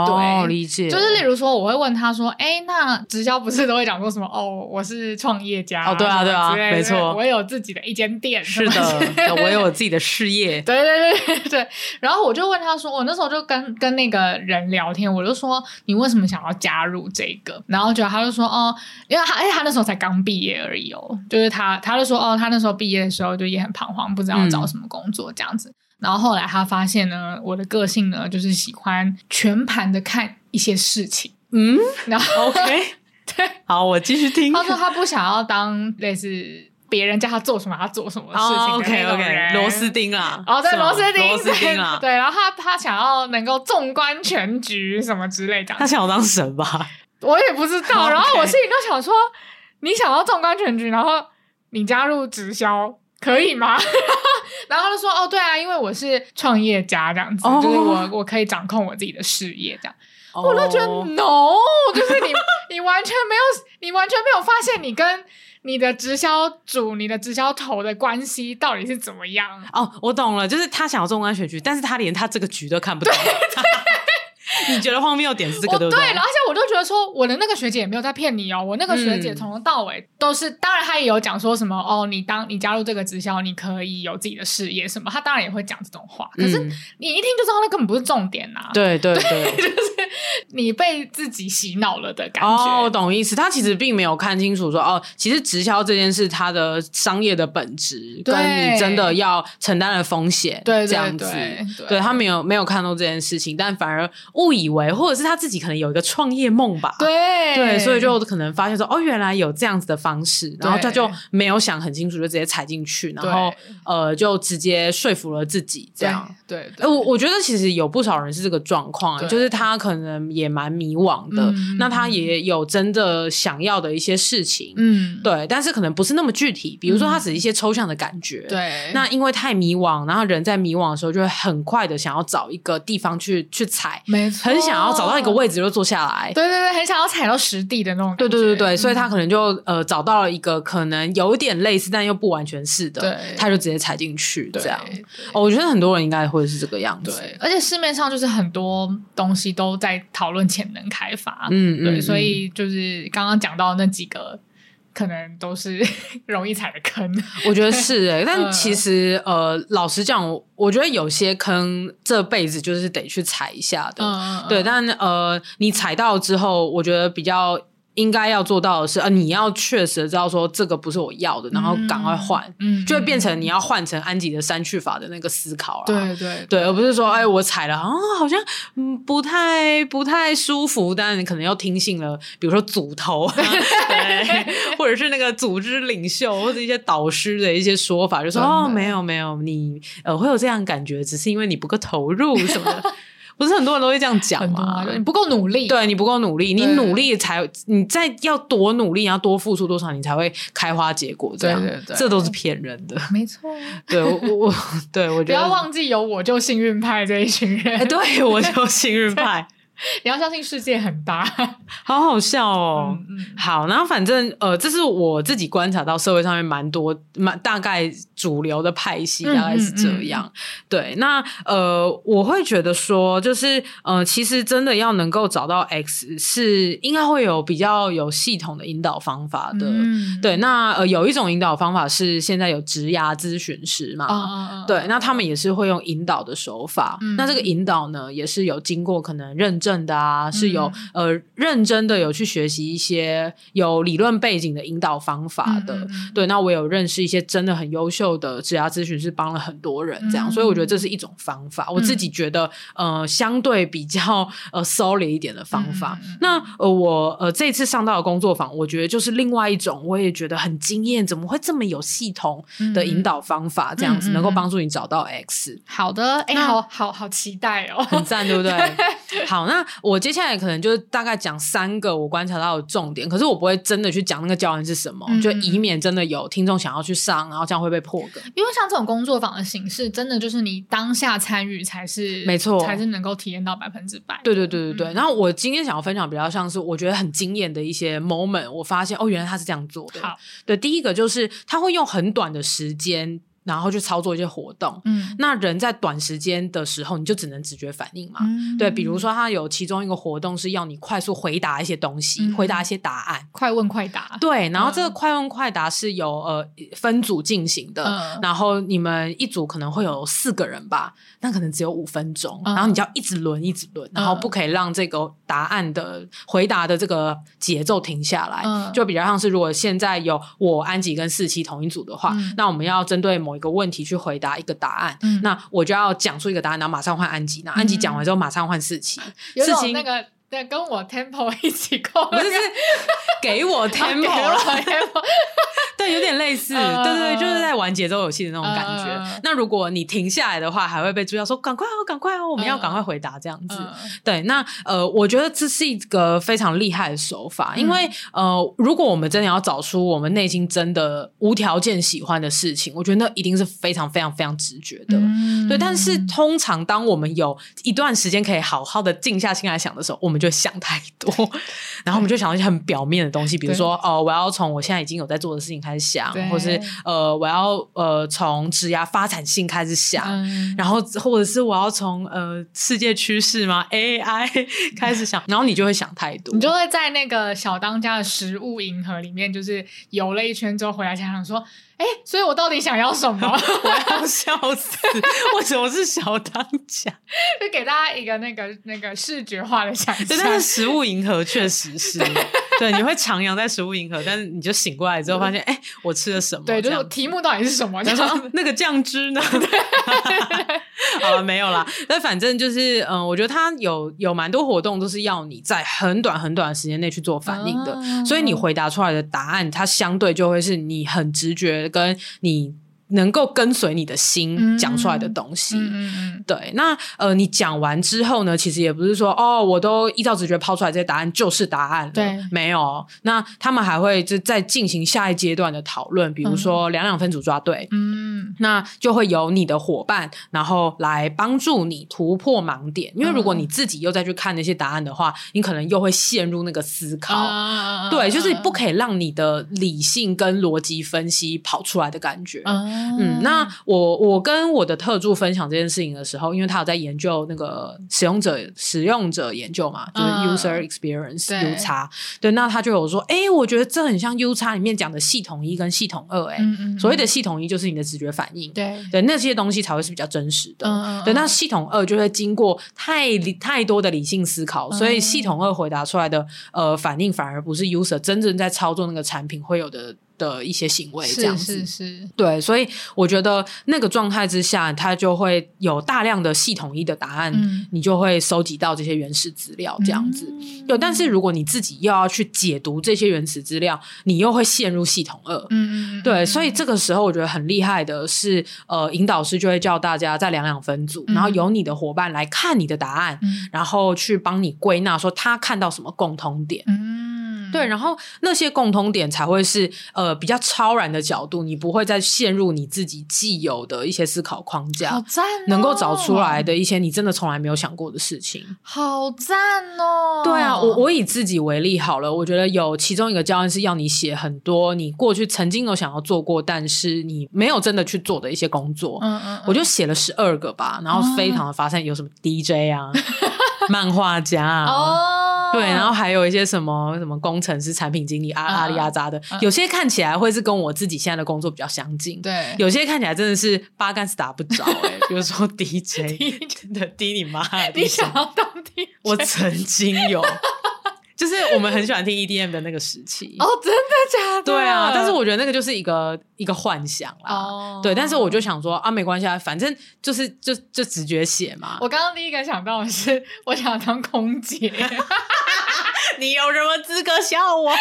[SPEAKER 3] 哦，
[SPEAKER 2] 对
[SPEAKER 3] 理解，
[SPEAKER 2] 就是例如说，我会问他说：“哎，那直销不是都会讲说什么？哦，我是创业家，
[SPEAKER 3] 哦对
[SPEAKER 2] 什么
[SPEAKER 3] 啊对啊
[SPEAKER 2] 之类的
[SPEAKER 3] 没错
[SPEAKER 2] 我有自己的一间店，
[SPEAKER 3] 是
[SPEAKER 2] 什么之类
[SPEAKER 3] 的，我有我自己的事 业，
[SPEAKER 2] 对对对对对。然后我就问他说，我那时候就跟跟那个人聊天，我就说你为什么想要加入这个？然后就他就说哦，因为他哎他那时候才刚毕业而已哦，就是他他就说哦，他那时候毕业的时候就也很彷徨，不知道找什么工作这样子。然后后来他发现呢，我的个性呢就是喜欢全盘的看一些事情，
[SPEAKER 3] 嗯
[SPEAKER 2] 然后。
[SPEAKER 3] ，OK，
[SPEAKER 2] 对，
[SPEAKER 3] 好，我继续听。
[SPEAKER 2] 他说他不想要当类似别人叫他做什么，他做什么事
[SPEAKER 3] 哦
[SPEAKER 2] 情的
[SPEAKER 3] ，OK
[SPEAKER 2] 那种人。
[SPEAKER 3] OK，螺丝钉啦，
[SPEAKER 2] 哦，对，
[SPEAKER 3] 是吗
[SPEAKER 2] 螺丝钉，
[SPEAKER 3] 螺丝钉啊 啦，
[SPEAKER 2] 对，对然后他他想要能够纵观全局什么之类这
[SPEAKER 3] 他
[SPEAKER 2] 样，
[SPEAKER 3] 想我当 神吧？
[SPEAKER 2] 我也不知道。
[SPEAKER 3] OK
[SPEAKER 2] 然后我心里就想说，你想要纵观全局，然后你加入直销可以吗？ 然后他就说，哦，对啊，因为我是创业家这样子，
[SPEAKER 3] 哦
[SPEAKER 2] 就是我我可以掌控我自己的事业这样。
[SPEAKER 3] 我
[SPEAKER 2] 我哦就觉得
[SPEAKER 3] 哦
[SPEAKER 2] no，就是 你你完全没有，你完全没有发现你跟你的直销主、你的直销头的关系到底是怎么样。
[SPEAKER 3] 哦，我懂了，就是他想要纵观全局，但是他连他这个局都看不懂。 你觉得荒谬点是这
[SPEAKER 2] 我
[SPEAKER 3] 个
[SPEAKER 2] 哦对
[SPEAKER 3] 不对？
[SPEAKER 2] 然后而且我就觉得说，我的那个学姐也没有在骗你哦，我那个学姐
[SPEAKER 3] 嗯
[SPEAKER 2] 从头到尾都是，当然她也有讲说什么哦，你当你加入这个直销，你可以有自己的事业什么，她当然也会讲这种话，可是
[SPEAKER 3] 嗯
[SPEAKER 2] 你一听就知道那根本不是重点呐、
[SPEAKER 3] 对对 对，
[SPEAKER 2] 你被自己洗脑了的感觉。
[SPEAKER 3] 哦，我懂意思。他其实并没有看清楚说，哦，其实直销这件事，它的商业的本质跟
[SPEAKER 2] 对
[SPEAKER 3] 你真的要承担的风险，
[SPEAKER 2] 对对
[SPEAKER 3] 这样子
[SPEAKER 2] 对，对
[SPEAKER 3] 对他没有没有看到这件事情，但反而误误以为，或者是他自己可能有一个创业梦吧。
[SPEAKER 2] 对
[SPEAKER 3] 对，所以就可能发现说，哦，原来有这样子的方式，然后他就没有想很清楚，就直接踩进去，然后呃，就直接说服了自己这样。
[SPEAKER 2] 对，对
[SPEAKER 3] 呃，我我觉得其实有不少人是这个状况、啊
[SPEAKER 2] 对
[SPEAKER 3] 就是他可能也蛮迷惘的，
[SPEAKER 2] 嗯
[SPEAKER 3] 那他也有真的想要的一些事情，
[SPEAKER 2] 嗯，
[SPEAKER 3] 对，但是可能不是那么具体，比如说
[SPEAKER 2] 嗯
[SPEAKER 3] 他只是一些抽象的感觉，
[SPEAKER 2] 对，
[SPEAKER 3] 那因为太迷惘，然后人在迷惘的时候，就会很快的想要找一个地方去去踩，
[SPEAKER 2] 没错，
[SPEAKER 3] 很想要找到一个
[SPEAKER 2] 哦
[SPEAKER 3] 位置就坐下来，
[SPEAKER 2] 对对对，很想要踩到实地的那种感
[SPEAKER 3] 对
[SPEAKER 2] 觉。
[SPEAKER 3] 对对对，所以他
[SPEAKER 2] 嗯
[SPEAKER 3] 可能就呃找到了一个可能有一点类似但又不完全是的
[SPEAKER 2] 对，
[SPEAKER 3] 他就直接踩进去
[SPEAKER 2] 对
[SPEAKER 3] 这样。
[SPEAKER 2] 对
[SPEAKER 3] 哦，我觉得很多人应该会是这个样子。
[SPEAKER 2] 对，而且市面上就是很多东西都在讨论潜能开发，
[SPEAKER 3] 嗯，嗯
[SPEAKER 2] 对，
[SPEAKER 3] 嗯
[SPEAKER 2] 所以就是刚刚讲到那几个，可能都是 容易踩的坑。
[SPEAKER 3] 我觉得是哎、
[SPEAKER 2] 嗯
[SPEAKER 3] 但其实呃，老实讲，我我觉得有些坑这辈子就是得去踩一下的。
[SPEAKER 2] 嗯，
[SPEAKER 3] 对，但呃，你踩到之后，我觉得比较应该要做到的是，呃，你要确实知道说这个不是我要的，然后赶快换，
[SPEAKER 2] 嗯，
[SPEAKER 3] 就会变成你要换成安吉的删去法的那个思考啊啦。
[SPEAKER 2] 嗯对对
[SPEAKER 3] 对，而不是说，哎，我踩了，啊，好像嗯不太不太舒服，但你可能又听信了，比如说组头啊， 对，或者是那个组织领袖或者一些导师的一些说法，就
[SPEAKER 2] 真
[SPEAKER 3] 说
[SPEAKER 2] 的
[SPEAKER 3] 哦，没有没有，你呃会有这样感觉，只是因为你不够投入什么的， 不是很多人都会这样讲
[SPEAKER 2] 很多
[SPEAKER 3] 吗
[SPEAKER 2] 啊，？就你不够努力，
[SPEAKER 3] 对你不够努力，你
[SPEAKER 2] 对
[SPEAKER 3] 努力才，你再要多努力，你要多付出多少，你才会开花结果。这样，
[SPEAKER 2] 对对对
[SPEAKER 3] 这都是骗人的。
[SPEAKER 2] 没错，
[SPEAKER 3] 对我我我，对我
[SPEAKER 2] 不
[SPEAKER 3] 觉得
[SPEAKER 2] 要忘记有我就幸运派这一群人，
[SPEAKER 3] 哎， 对我就幸运派，
[SPEAKER 2] 你要相信世界很大。
[SPEAKER 3] 好好笑哦。
[SPEAKER 2] 嗯嗯
[SPEAKER 3] 好，然后反正呃，这是我自己观察到社会上面蛮多蛮大概主流的派系
[SPEAKER 2] 嗯
[SPEAKER 3] 大概是这样。对，那呃，我会觉得说，就是呃，其实真的要能够找到 X 是应该会有比较有系统的引导方法的。
[SPEAKER 2] 嗯
[SPEAKER 3] 对，那呃，有一种引导方法是现在有职涯咨询师嘛，
[SPEAKER 2] 啊啊啊，
[SPEAKER 3] 对，那他们也是会用引导的手法。
[SPEAKER 2] 嗯
[SPEAKER 3] 那这个引导呢，也是有经过可能认证的啊，是有呃
[SPEAKER 2] 嗯
[SPEAKER 3] 认真的有去学习一些有理论背景的引导方法的。
[SPEAKER 2] 嗯嗯嗯
[SPEAKER 3] 对，那我有认识一些真的很优秀的职涯咨询师，帮了很多人这样，
[SPEAKER 2] 嗯
[SPEAKER 3] 所以我觉得这是一种方法。我自己觉得呃，相对比较呃 solid 一点的方法。
[SPEAKER 2] 嗯嗯嗯
[SPEAKER 3] 那呃，我呃这次上到的工作坊，我觉得就是另外一种，我也觉得很惊艳，怎么会这么有系统
[SPEAKER 2] 嗯
[SPEAKER 3] 的引导方法，这样
[SPEAKER 2] 嗯
[SPEAKER 3] 子
[SPEAKER 2] 嗯嗯
[SPEAKER 3] 能够帮助你找到 X，
[SPEAKER 2] 好的，哎，
[SPEAKER 3] 那
[SPEAKER 2] 好好好期待哦，
[SPEAKER 3] 很赞，对不对？好，那我接下来可能就大概讲三个我观察到的重点，可是我不会真的去讲那个教案是什么，
[SPEAKER 2] 嗯
[SPEAKER 3] 就以免真的有听众想要去上，然后这样会被破梗。
[SPEAKER 2] 因为像这种工作坊的形式，真的就是你当下参与才是
[SPEAKER 3] 没错
[SPEAKER 2] 才是能够体验到百分之百。
[SPEAKER 3] 对对对对对，
[SPEAKER 2] 嗯
[SPEAKER 3] 然后我今天想要分享比较像是我觉得很惊艳的一些 moment，我发现哦，原来他是这样做的。
[SPEAKER 2] 好，
[SPEAKER 3] 对，第一个就是他会用很短的时间，然后去操作一些活动。
[SPEAKER 2] 嗯，
[SPEAKER 3] 那人在短时间的时候，你就只能直觉反应嘛。嗯对，比如说他有其中一个活动是要你快速回答一些东西，
[SPEAKER 2] 嗯
[SPEAKER 3] 回答一些答案。
[SPEAKER 2] 快问快答，
[SPEAKER 3] 对，然后这个
[SPEAKER 2] 嗯
[SPEAKER 3] 快问快答是有呃分组进行的，
[SPEAKER 2] 嗯
[SPEAKER 3] 然后你们一组可能会有四个人吧，那可能只有五分钟，
[SPEAKER 2] 嗯
[SPEAKER 3] 然后你就要一直轮一直轮，然后不可以让这个答案的回答的这个节奏停下来，
[SPEAKER 2] 嗯
[SPEAKER 3] 就比较像是如果现在有我安吉跟四七同一组的话，
[SPEAKER 2] 嗯
[SPEAKER 3] 那我们要针对某一个问题去回答一个答案，
[SPEAKER 2] 嗯
[SPEAKER 3] 那我就要讲出一个答案，然后马上换安吉，那安吉讲完之后马上换四七，
[SPEAKER 2] 嗯有
[SPEAKER 3] 事
[SPEAKER 2] 种
[SPEAKER 3] 情
[SPEAKER 2] 那个对跟我 tempo 一起过，
[SPEAKER 3] 不是 是给
[SPEAKER 2] 啊
[SPEAKER 3] 我 tempo 啊了。
[SPEAKER 2] tempo，
[SPEAKER 3] 对，有点类似，
[SPEAKER 2] 嗯
[SPEAKER 3] 对对对，就是在玩节奏游戏的那种感觉。
[SPEAKER 2] 嗯嗯嗯
[SPEAKER 3] 那如果你停下来的话，还会被注意到说赶快哦，赶快哦，我们要赶快
[SPEAKER 2] 嗯
[SPEAKER 3] 回答这样子。对，那呃，我觉得这是一个非常厉害的手法，因
[SPEAKER 2] 嗯
[SPEAKER 3] 为、呃，如果我们真的要找出我们内心真的无条件喜欢的事情，我觉得那一定是非常非常非常直觉的。
[SPEAKER 2] 嗯
[SPEAKER 3] 对，但是通常当我们有一段时间可以好好的静下心来想的时候，我们就会想太多，然后我们就想到一些很表面的东西，比如说哦，我要从我现在已经有在做的事情开始想
[SPEAKER 2] 对，
[SPEAKER 3] 或是呃，我要呃从职涯发展性开始想。
[SPEAKER 2] 嗯
[SPEAKER 3] 然后，或者是我要从呃世界趋势 嘛 AI 开始想，然后你就会想太多，
[SPEAKER 2] 你就会在那个小当家的食物银河里面，就是游了一圈之后回来想想说，哎、所以我到底想要什么？
[SPEAKER 3] 我要笑死， 为什么是小当家？
[SPEAKER 2] 就 给大家一个那个那个视觉化的想象。
[SPEAKER 3] 对，但是食物银河确实是，对对，你会徜徉在食物银河，但是你就醒过来之后发现，哎、我吃了什么？
[SPEAKER 2] 对，
[SPEAKER 3] 这
[SPEAKER 2] 就是
[SPEAKER 3] 样子
[SPEAKER 2] 题目到底是什么？
[SPEAKER 3] 然后
[SPEAKER 2] 然
[SPEAKER 3] 说那个酱 汁呢？ 好了，没有啦。但反正就是，嗯、我觉得它有有蛮多活动都是要你在很短很短的时间内去做反应
[SPEAKER 2] 啊
[SPEAKER 3] 的，所以你回答出来的答案，它相对就会是你很直觉跟你能够跟随你的心
[SPEAKER 2] 嗯
[SPEAKER 3] 讲出来的东西。
[SPEAKER 2] 嗯嗯嗯，
[SPEAKER 3] 对，那呃，你讲完之后呢，其实也不是说哦，我都依照直觉抛出来这些答案就是答案了，
[SPEAKER 2] 对
[SPEAKER 3] 没有。那他们还会就再进行下一阶段的讨论，比如说两两分组抓对，
[SPEAKER 2] 嗯
[SPEAKER 3] 那就会由你的伙伴，然后来帮助你突破盲点。因为如
[SPEAKER 2] 嗯
[SPEAKER 3] 果你自己又再去看那些答案的话，你可能又会陷入那个思考。
[SPEAKER 2] 啊
[SPEAKER 3] 对，就是你不可以让你的理性跟逻辑分析跑出来的感觉。
[SPEAKER 2] 嗯
[SPEAKER 3] 嗯，那我我跟我的特助分享这件事情的时候，因为他有在研究那个使用者使用者研究嘛，就是
[SPEAKER 2] 嗯
[SPEAKER 3] user experience、
[SPEAKER 2] 对
[SPEAKER 3] U 叉，对，那他就有说，哎、我觉得这很像 U 叉里面讲的系统一跟系统二、诶哎、
[SPEAKER 2] 嗯嗯，
[SPEAKER 3] 所谓的
[SPEAKER 2] 嗯
[SPEAKER 3] 系统一就是你的直觉反应，
[SPEAKER 2] 对
[SPEAKER 3] 对那些东西才会是比较真实的。
[SPEAKER 2] 嗯嗯
[SPEAKER 3] 对，那
[SPEAKER 2] 嗯
[SPEAKER 3] 系统二就会经过太理太多的理性思考，所以
[SPEAKER 2] 嗯
[SPEAKER 3] 系统二回答出来的呃反应反而不是 user 真正在操作那个产品会有的的一些行为这样
[SPEAKER 2] 是
[SPEAKER 3] 子。
[SPEAKER 2] 是是，
[SPEAKER 3] 对，所以我觉得那个状态之下，它就会有大量的系统一的答案，
[SPEAKER 2] 嗯
[SPEAKER 3] 你就会收集到这些原始资料这样子。
[SPEAKER 2] 嗯
[SPEAKER 3] 对，但是如果你自己又要去解读这些原始资料，你又会陷入系统二。
[SPEAKER 2] 嗯嗯嗯，
[SPEAKER 3] 对，
[SPEAKER 2] 嗯
[SPEAKER 3] 所以这个时候我觉得很厉害的是，呃，引导师就会叫大家在两两分组，
[SPEAKER 2] 嗯
[SPEAKER 3] 然后由你的伙伴来看你的答案，
[SPEAKER 2] 嗯
[SPEAKER 3] 然后去帮你归纳说他看到什么共通点。
[SPEAKER 2] 嗯
[SPEAKER 3] 对，然后那些共通点才会是呃比较超然的角度，你不会再陷入你自己既有的一些思考框
[SPEAKER 2] 好
[SPEAKER 3] 架，
[SPEAKER 2] 赞、哦
[SPEAKER 3] 能够找出来，的一些你真的从来没有想过的事情。
[SPEAKER 2] 好赞哦！
[SPEAKER 3] 对啊，我我以自己为例好了，我觉得有其中一个教案是要你写很多你过去曾经有想要做过，但是你没有真的去做的一些工作，
[SPEAKER 2] 嗯哦嗯，
[SPEAKER 3] 我就写了十二个吧，然后非常的发散，有什么 DJ 啊、漫画家啊。
[SPEAKER 2] 哦，
[SPEAKER 3] 对，然后还有一些什么什么工程师、产品经理啊、
[SPEAKER 2] 嗯
[SPEAKER 3] 阿里阿扎的，
[SPEAKER 2] 嗯
[SPEAKER 3] 有些看起来会是跟我自己现在的工作比较相近，
[SPEAKER 2] 对
[SPEAKER 3] 有些看起来真的是八竿子打不着哎、 欸比如说 DJ，真的 D 你妈的 DJ，
[SPEAKER 2] 你想要当地
[SPEAKER 3] 我曾经 有，就是我们很喜欢听 EDM 的那个时期。
[SPEAKER 2] 哦，真的假的？
[SPEAKER 3] 对啊，但是我觉得那个就是一个一个幻想啦。
[SPEAKER 2] 哦，
[SPEAKER 3] 对，但是我就想说啊，没关系啊，反正就是就就直觉写嘛。
[SPEAKER 2] 我刚刚第一个想到的是， 我想当空 姐，
[SPEAKER 3] 你有什么资格笑我？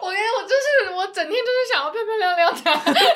[SPEAKER 2] 我跟我就是我整天就是想要漂漂亮亮的，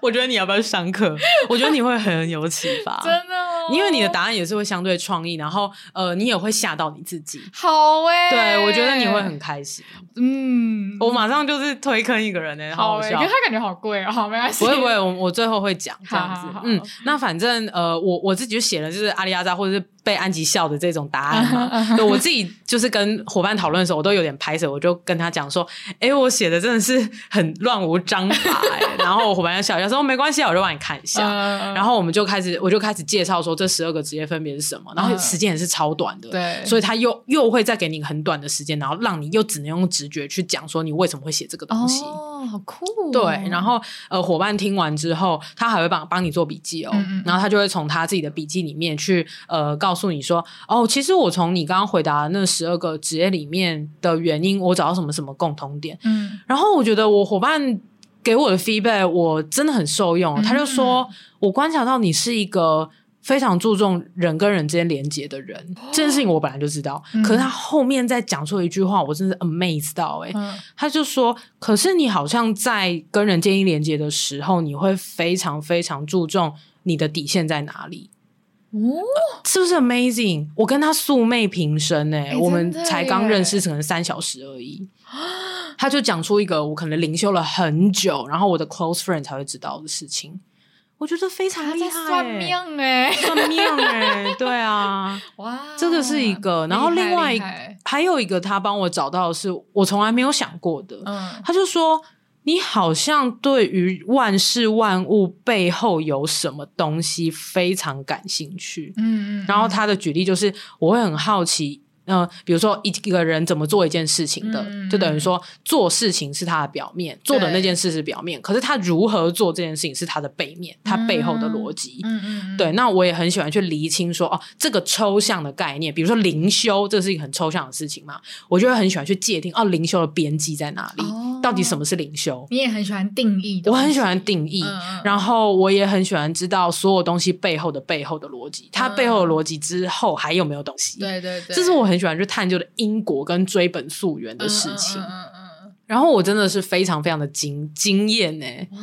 [SPEAKER 3] 我觉得你要不要去上课？我觉得你会很有启发，
[SPEAKER 2] 真的哦，
[SPEAKER 3] 因为你的答案也是会相对创意，然后呃，你也会吓到你自己。
[SPEAKER 2] 好哎、
[SPEAKER 3] 对，我觉得你会很开心。
[SPEAKER 2] 嗯，
[SPEAKER 3] 我马上就是推坑一个人呢、欸好
[SPEAKER 2] 好
[SPEAKER 3] 好
[SPEAKER 2] 哎、
[SPEAKER 3] 笑
[SPEAKER 2] 可是。他感觉好贵哦，好没关系，
[SPEAKER 3] 不会不会，我我最后会讲这
[SPEAKER 2] 好
[SPEAKER 3] 样子
[SPEAKER 2] 好好。
[SPEAKER 3] 嗯，那反正呃，我我自己就写了，就是阿里阿扎或者是被安吉笑的这种答案
[SPEAKER 2] 嗯
[SPEAKER 3] 嘛。对我自己就是跟伙伴讨论的时候，我都有点拍手，我就跟他讲说：“哎，我写的真的是很乱无章法。”哎，然后我伙伴就笑一下说：“没关系啊，我就帮你看一下。”
[SPEAKER 2] 嗯
[SPEAKER 3] 然后我们就开始，我就开始介绍说这十二个职业分别是什么，然后时间也是超短的，
[SPEAKER 2] 嗯对
[SPEAKER 3] 所以他又又会再给你很短的时间，然后让你又只能用直觉去讲说你为什么会写这个东西。
[SPEAKER 2] 哦，好酷哦、
[SPEAKER 3] 对，然后呃，伙伴听完之后，他还会帮帮你做笔记哦，
[SPEAKER 2] 嗯嗯嗯
[SPEAKER 3] 然后他就会从他自己的笔记里面去呃告诉你说，哦，其实我从你刚刚回答的那十二个职业里面的原因，我找到什么什么共同点，
[SPEAKER 2] 嗯
[SPEAKER 3] 然后我觉得我伙伴给我的 feedback 我真的很受用，
[SPEAKER 2] 嗯
[SPEAKER 3] 他就说我观察到你是一个。非常注重人跟人之间连接的人，这件事情我本来就知道，
[SPEAKER 2] 哦嗯
[SPEAKER 3] 可是他后面再讲出一句话，我真是 amaze 到哎、欸
[SPEAKER 2] 嗯
[SPEAKER 3] 他就说：“可是你好像在跟人建立连接的时候，你会非常非常注重你的底线在哪里，
[SPEAKER 2] 哦，
[SPEAKER 3] 是不是 amazing？” 我跟他素昧平生呢、
[SPEAKER 2] 哎
[SPEAKER 3] 我们
[SPEAKER 2] 真的
[SPEAKER 3] 才
[SPEAKER 2] 耶
[SPEAKER 3] 刚认识，可能三小时而已。他就讲出一个我可能灵修了很久，然后我的 close friend 才会知道的事情，我觉得非常
[SPEAKER 2] 他
[SPEAKER 3] 厉害、
[SPEAKER 2] 在
[SPEAKER 3] 欸。
[SPEAKER 2] 算命哎、
[SPEAKER 3] 算命哎、对 啊，
[SPEAKER 2] 哇，
[SPEAKER 3] 欸这个是一个，然后
[SPEAKER 2] 厉害
[SPEAKER 3] 另外
[SPEAKER 2] 哦厉
[SPEAKER 3] 一
[SPEAKER 2] 害
[SPEAKER 3] 还有一个他帮我找到的是我从来没有想过的，
[SPEAKER 2] 嗯，
[SPEAKER 3] 他就说：“你好像对于万事万物背后有什么东西非常感兴趣。
[SPEAKER 2] 嗯嗯，
[SPEAKER 3] 然后
[SPEAKER 2] 嗯
[SPEAKER 3] 他的举例就是，我会很好奇呃，比如说一一个人怎么做一件事情的，
[SPEAKER 2] 嗯
[SPEAKER 3] 就等于说做事情是他的表面，做的那件事是表面，可是他如何做这件事情是他的背面，他背后的逻辑。
[SPEAKER 2] 嗯嗯，嗯
[SPEAKER 3] 对，，那我也很喜欢去厘清说哦，这个抽象的概念，比如说灵修，这是一个很抽象的事情嘛，我就会很喜欢去界定哦，灵修的边际在哪里，
[SPEAKER 2] 哦
[SPEAKER 3] 到底什么是灵修？
[SPEAKER 2] 你也很喜欢定义，
[SPEAKER 3] 我很喜欢定义，
[SPEAKER 2] 嗯，后
[SPEAKER 3] 然后我也很喜欢知道所有东西背后的背后的逻辑，它背后的逻辑之后还有没有东西？，
[SPEAKER 2] 对对对，
[SPEAKER 3] 这是我很喜欢去探究的因果跟追本溯源的事情。
[SPEAKER 2] 嗯嗯嗯
[SPEAKER 3] 然后我真的是非常非常的惊惊艳呢、
[SPEAKER 2] 嗯，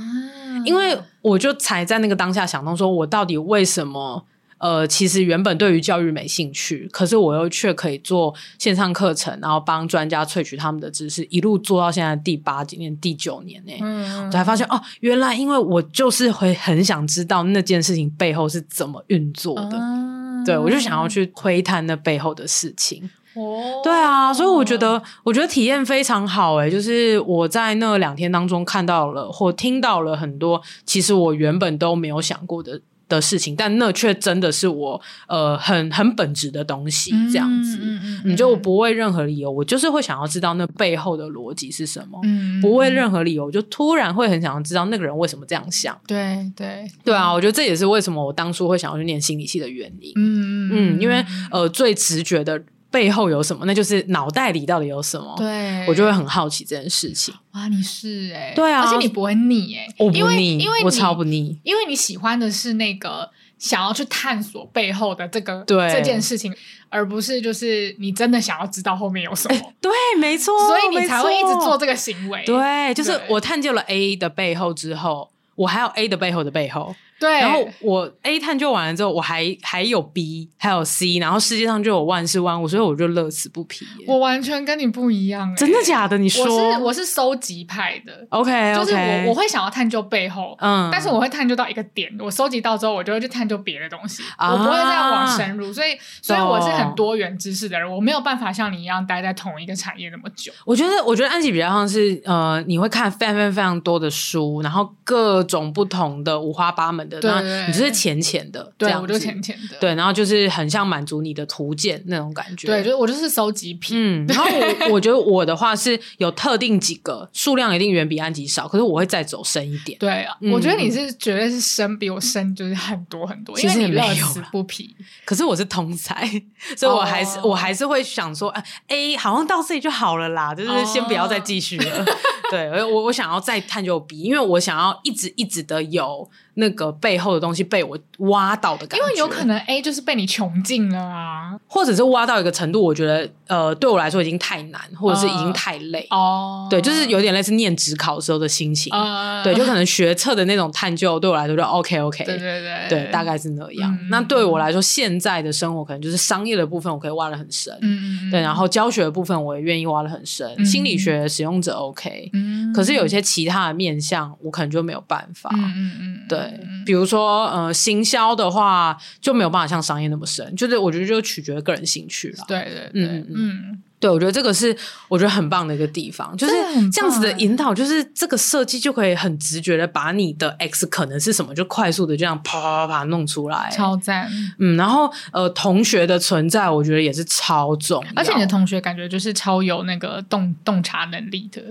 [SPEAKER 2] 哇，
[SPEAKER 3] 因为我就才在那个当下想到，说我到底为什么。呃，其实原本对于教育没兴趣，可是我又却可以做线上课程，然后帮专家萃取他们的知识，一路做到现在第八年、第九年欸呢、
[SPEAKER 2] 嗯
[SPEAKER 3] 我才发现哦，原来因为我就是会很想知道那件事情背后是怎么运作的，
[SPEAKER 2] 嗯
[SPEAKER 3] 对我就想要去窥探那背后的事情。
[SPEAKER 2] 哦，
[SPEAKER 3] 对啊，所以我觉得，我觉得体验非常好诶、就是我在那两天当中看到了或听到了很多，其实我原本都没有想过的。的事情，但那却真的是我呃很很本质的东西，这样子，
[SPEAKER 2] 嗯嗯
[SPEAKER 3] 嗯，就我，不为任何理由，我就是会想要知道那背后的逻辑是什么，
[SPEAKER 2] 嗯，
[SPEAKER 3] 不为
[SPEAKER 2] 嗯
[SPEAKER 3] 任何理由，我就突然会很想要知道那个人为什么这样想。
[SPEAKER 2] 对对，
[SPEAKER 3] 对啊，我觉得这也是为什么我当初会想要去念心理系的原因。
[SPEAKER 2] 嗯
[SPEAKER 3] 嗯，因为呃，最直觉的背后有什么，那就是脑袋里到底有什么。，
[SPEAKER 2] 对，
[SPEAKER 3] 我就会很好奇这件事情。
[SPEAKER 2] 哇，你是哎、
[SPEAKER 3] 对啊
[SPEAKER 2] 而且你不会腻哎、
[SPEAKER 3] 我
[SPEAKER 2] 因
[SPEAKER 3] 不
[SPEAKER 2] 为
[SPEAKER 3] 腻，
[SPEAKER 2] 因为
[SPEAKER 3] 我
[SPEAKER 2] 你
[SPEAKER 3] 超不，腻。
[SPEAKER 2] 因为你喜欢的是那个想要去探索背后的这个
[SPEAKER 3] 对
[SPEAKER 2] 这件事情，而不是就是你真的想要知道后面有什么，
[SPEAKER 3] 对，哦没错，
[SPEAKER 2] 所以你才会一直做
[SPEAKER 3] 这。
[SPEAKER 2] 这个行为。
[SPEAKER 3] 对，就是
[SPEAKER 2] 对
[SPEAKER 3] 我探究了 A 的背后之后，我还有 A 的背后的背后。
[SPEAKER 2] 对，
[SPEAKER 3] 然后我 A 探究完了之后，我还还有 B，还有 C，然后世界上就有万事万物，所以我就乐此不疲耶。
[SPEAKER 2] 我完全跟你不一样、欸，
[SPEAKER 3] 真的假的？你说
[SPEAKER 2] 我是我是收集派的
[SPEAKER 3] OK，
[SPEAKER 2] 就是我我
[SPEAKER 3] 会
[SPEAKER 2] 会想要探究背后，
[SPEAKER 3] 嗯
[SPEAKER 2] 但是我会探究到一个点，我收集到之后，我就会去探究别的东西，
[SPEAKER 3] 啊
[SPEAKER 2] 我不会再往深入，所以所以我是很多元知识的人，我没有办法像你一样待在同一个产业那么久。
[SPEAKER 3] 我觉得我觉得安琪比较像是呃，你会看非常非常非常多的书，然后各种不同的五花八门的，
[SPEAKER 2] 对
[SPEAKER 3] 那你就是浅浅的这
[SPEAKER 2] 对，
[SPEAKER 3] 样
[SPEAKER 2] 我
[SPEAKER 3] 子，
[SPEAKER 2] 就浅浅的，
[SPEAKER 3] 对，然后就是很像满足你的图鉴那种感觉，
[SPEAKER 2] 对，就是我就是收集癖，
[SPEAKER 3] 嗯，然后我我觉得我的话是有特定几个数量一定远比安吉少，可是我会再走深一点。
[SPEAKER 2] 对，
[SPEAKER 3] 嗯
[SPEAKER 2] 我觉得你是绝对是深比我深，就是很多很多，
[SPEAKER 3] 其
[SPEAKER 2] 因
[SPEAKER 3] 实
[SPEAKER 2] 为
[SPEAKER 3] 也
[SPEAKER 2] 你
[SPEAKER 3] 没有
[SPEAKER 2] 乐
[SPEAKER 3] 啦
[SPEAKER 2] 此不疲。
[SPEAKER 3] 可是我是通才， 所以我还是、
[SPEAKER 2] 哦
[SPEAKER 3] 我还是会想说，哎、a 好像到这里就好了啦，
[SPEAKER 2] 哦
[SPEAKER 3] 就是先不要再继续 了。对，我我我想要再探究 B，因为我想要一直一直的有那个背后的东西被我挖到的感
[SPEAKER 2] 因
[SPEAKER 3] 觉，
[SPEAKER 2] 为有可能 A 就是被你穷尽了啊，
[SPEAKER 3] 或者是挖到一个程度，我觉得呃对我来说已经太难，或者是已经太累。
[SPEAKER 2] 哦，
[SPEAKER 3] 对，就是有点类似念职考时候的心情。
[SPEAKER 2] 呃，
[SPEAKER 3] 对，就可能学测的那种探究对我来说就 OK OK。
[SPEAKER 2] 对对对
[SPEAKER 3] 对，大概是那样。
[SPEAKER 2] 嗯
[SPEAKER 3] 那对我来说，现在的生活可能就是商业的部分，我可以挖得很深。
[SPEAKER 2] 嗯嗯嗯，
[SPEAKER 3] 对，然后教学的部分我也愿意挖得很深，
[SPEAKER 2] 嗯
[SPEAKER 3] 心理学使用者 OK，、
[SPEAKER 2] 嗯，
[SPEAKER 3] 可是有些其他的面向我可能就没有办法。
[SPEAKER 2] 嗯嗯嗯，
[SPEAKER 3] 对，
[SPEAKER 2] 嗯
[SPEAKER 3] 比如说呃，行销的话就没有办法像商业那么深，就是我觉得就取决于个人兴趣了。
[SPEAKER 2] 对对对，
[SPEAKER 3] 嗯嗯
[SPEAKER 2] 嗯，
[SPEAKER 3] 对，我觉得这个是我觉得很棒的一个地方，就是
[SPEAKER 2] 真的很棒
[SPEAKER 3] 这样子的
[SPEAKER 2] 欸
[SPEAKER 3] 引导，就是这个设计就可以很直觉的把你的 X 可能是什么，就快速的这样啪啪啪啪弄出来。
[SPEAKER 2] 超赞。
[SPEAKER 3] 嗯，然后呃，同学的存在，我觉得也是超重要。
[SPEAKER 2] 而且你的同学感觉就是超有那个洞洞察能力的，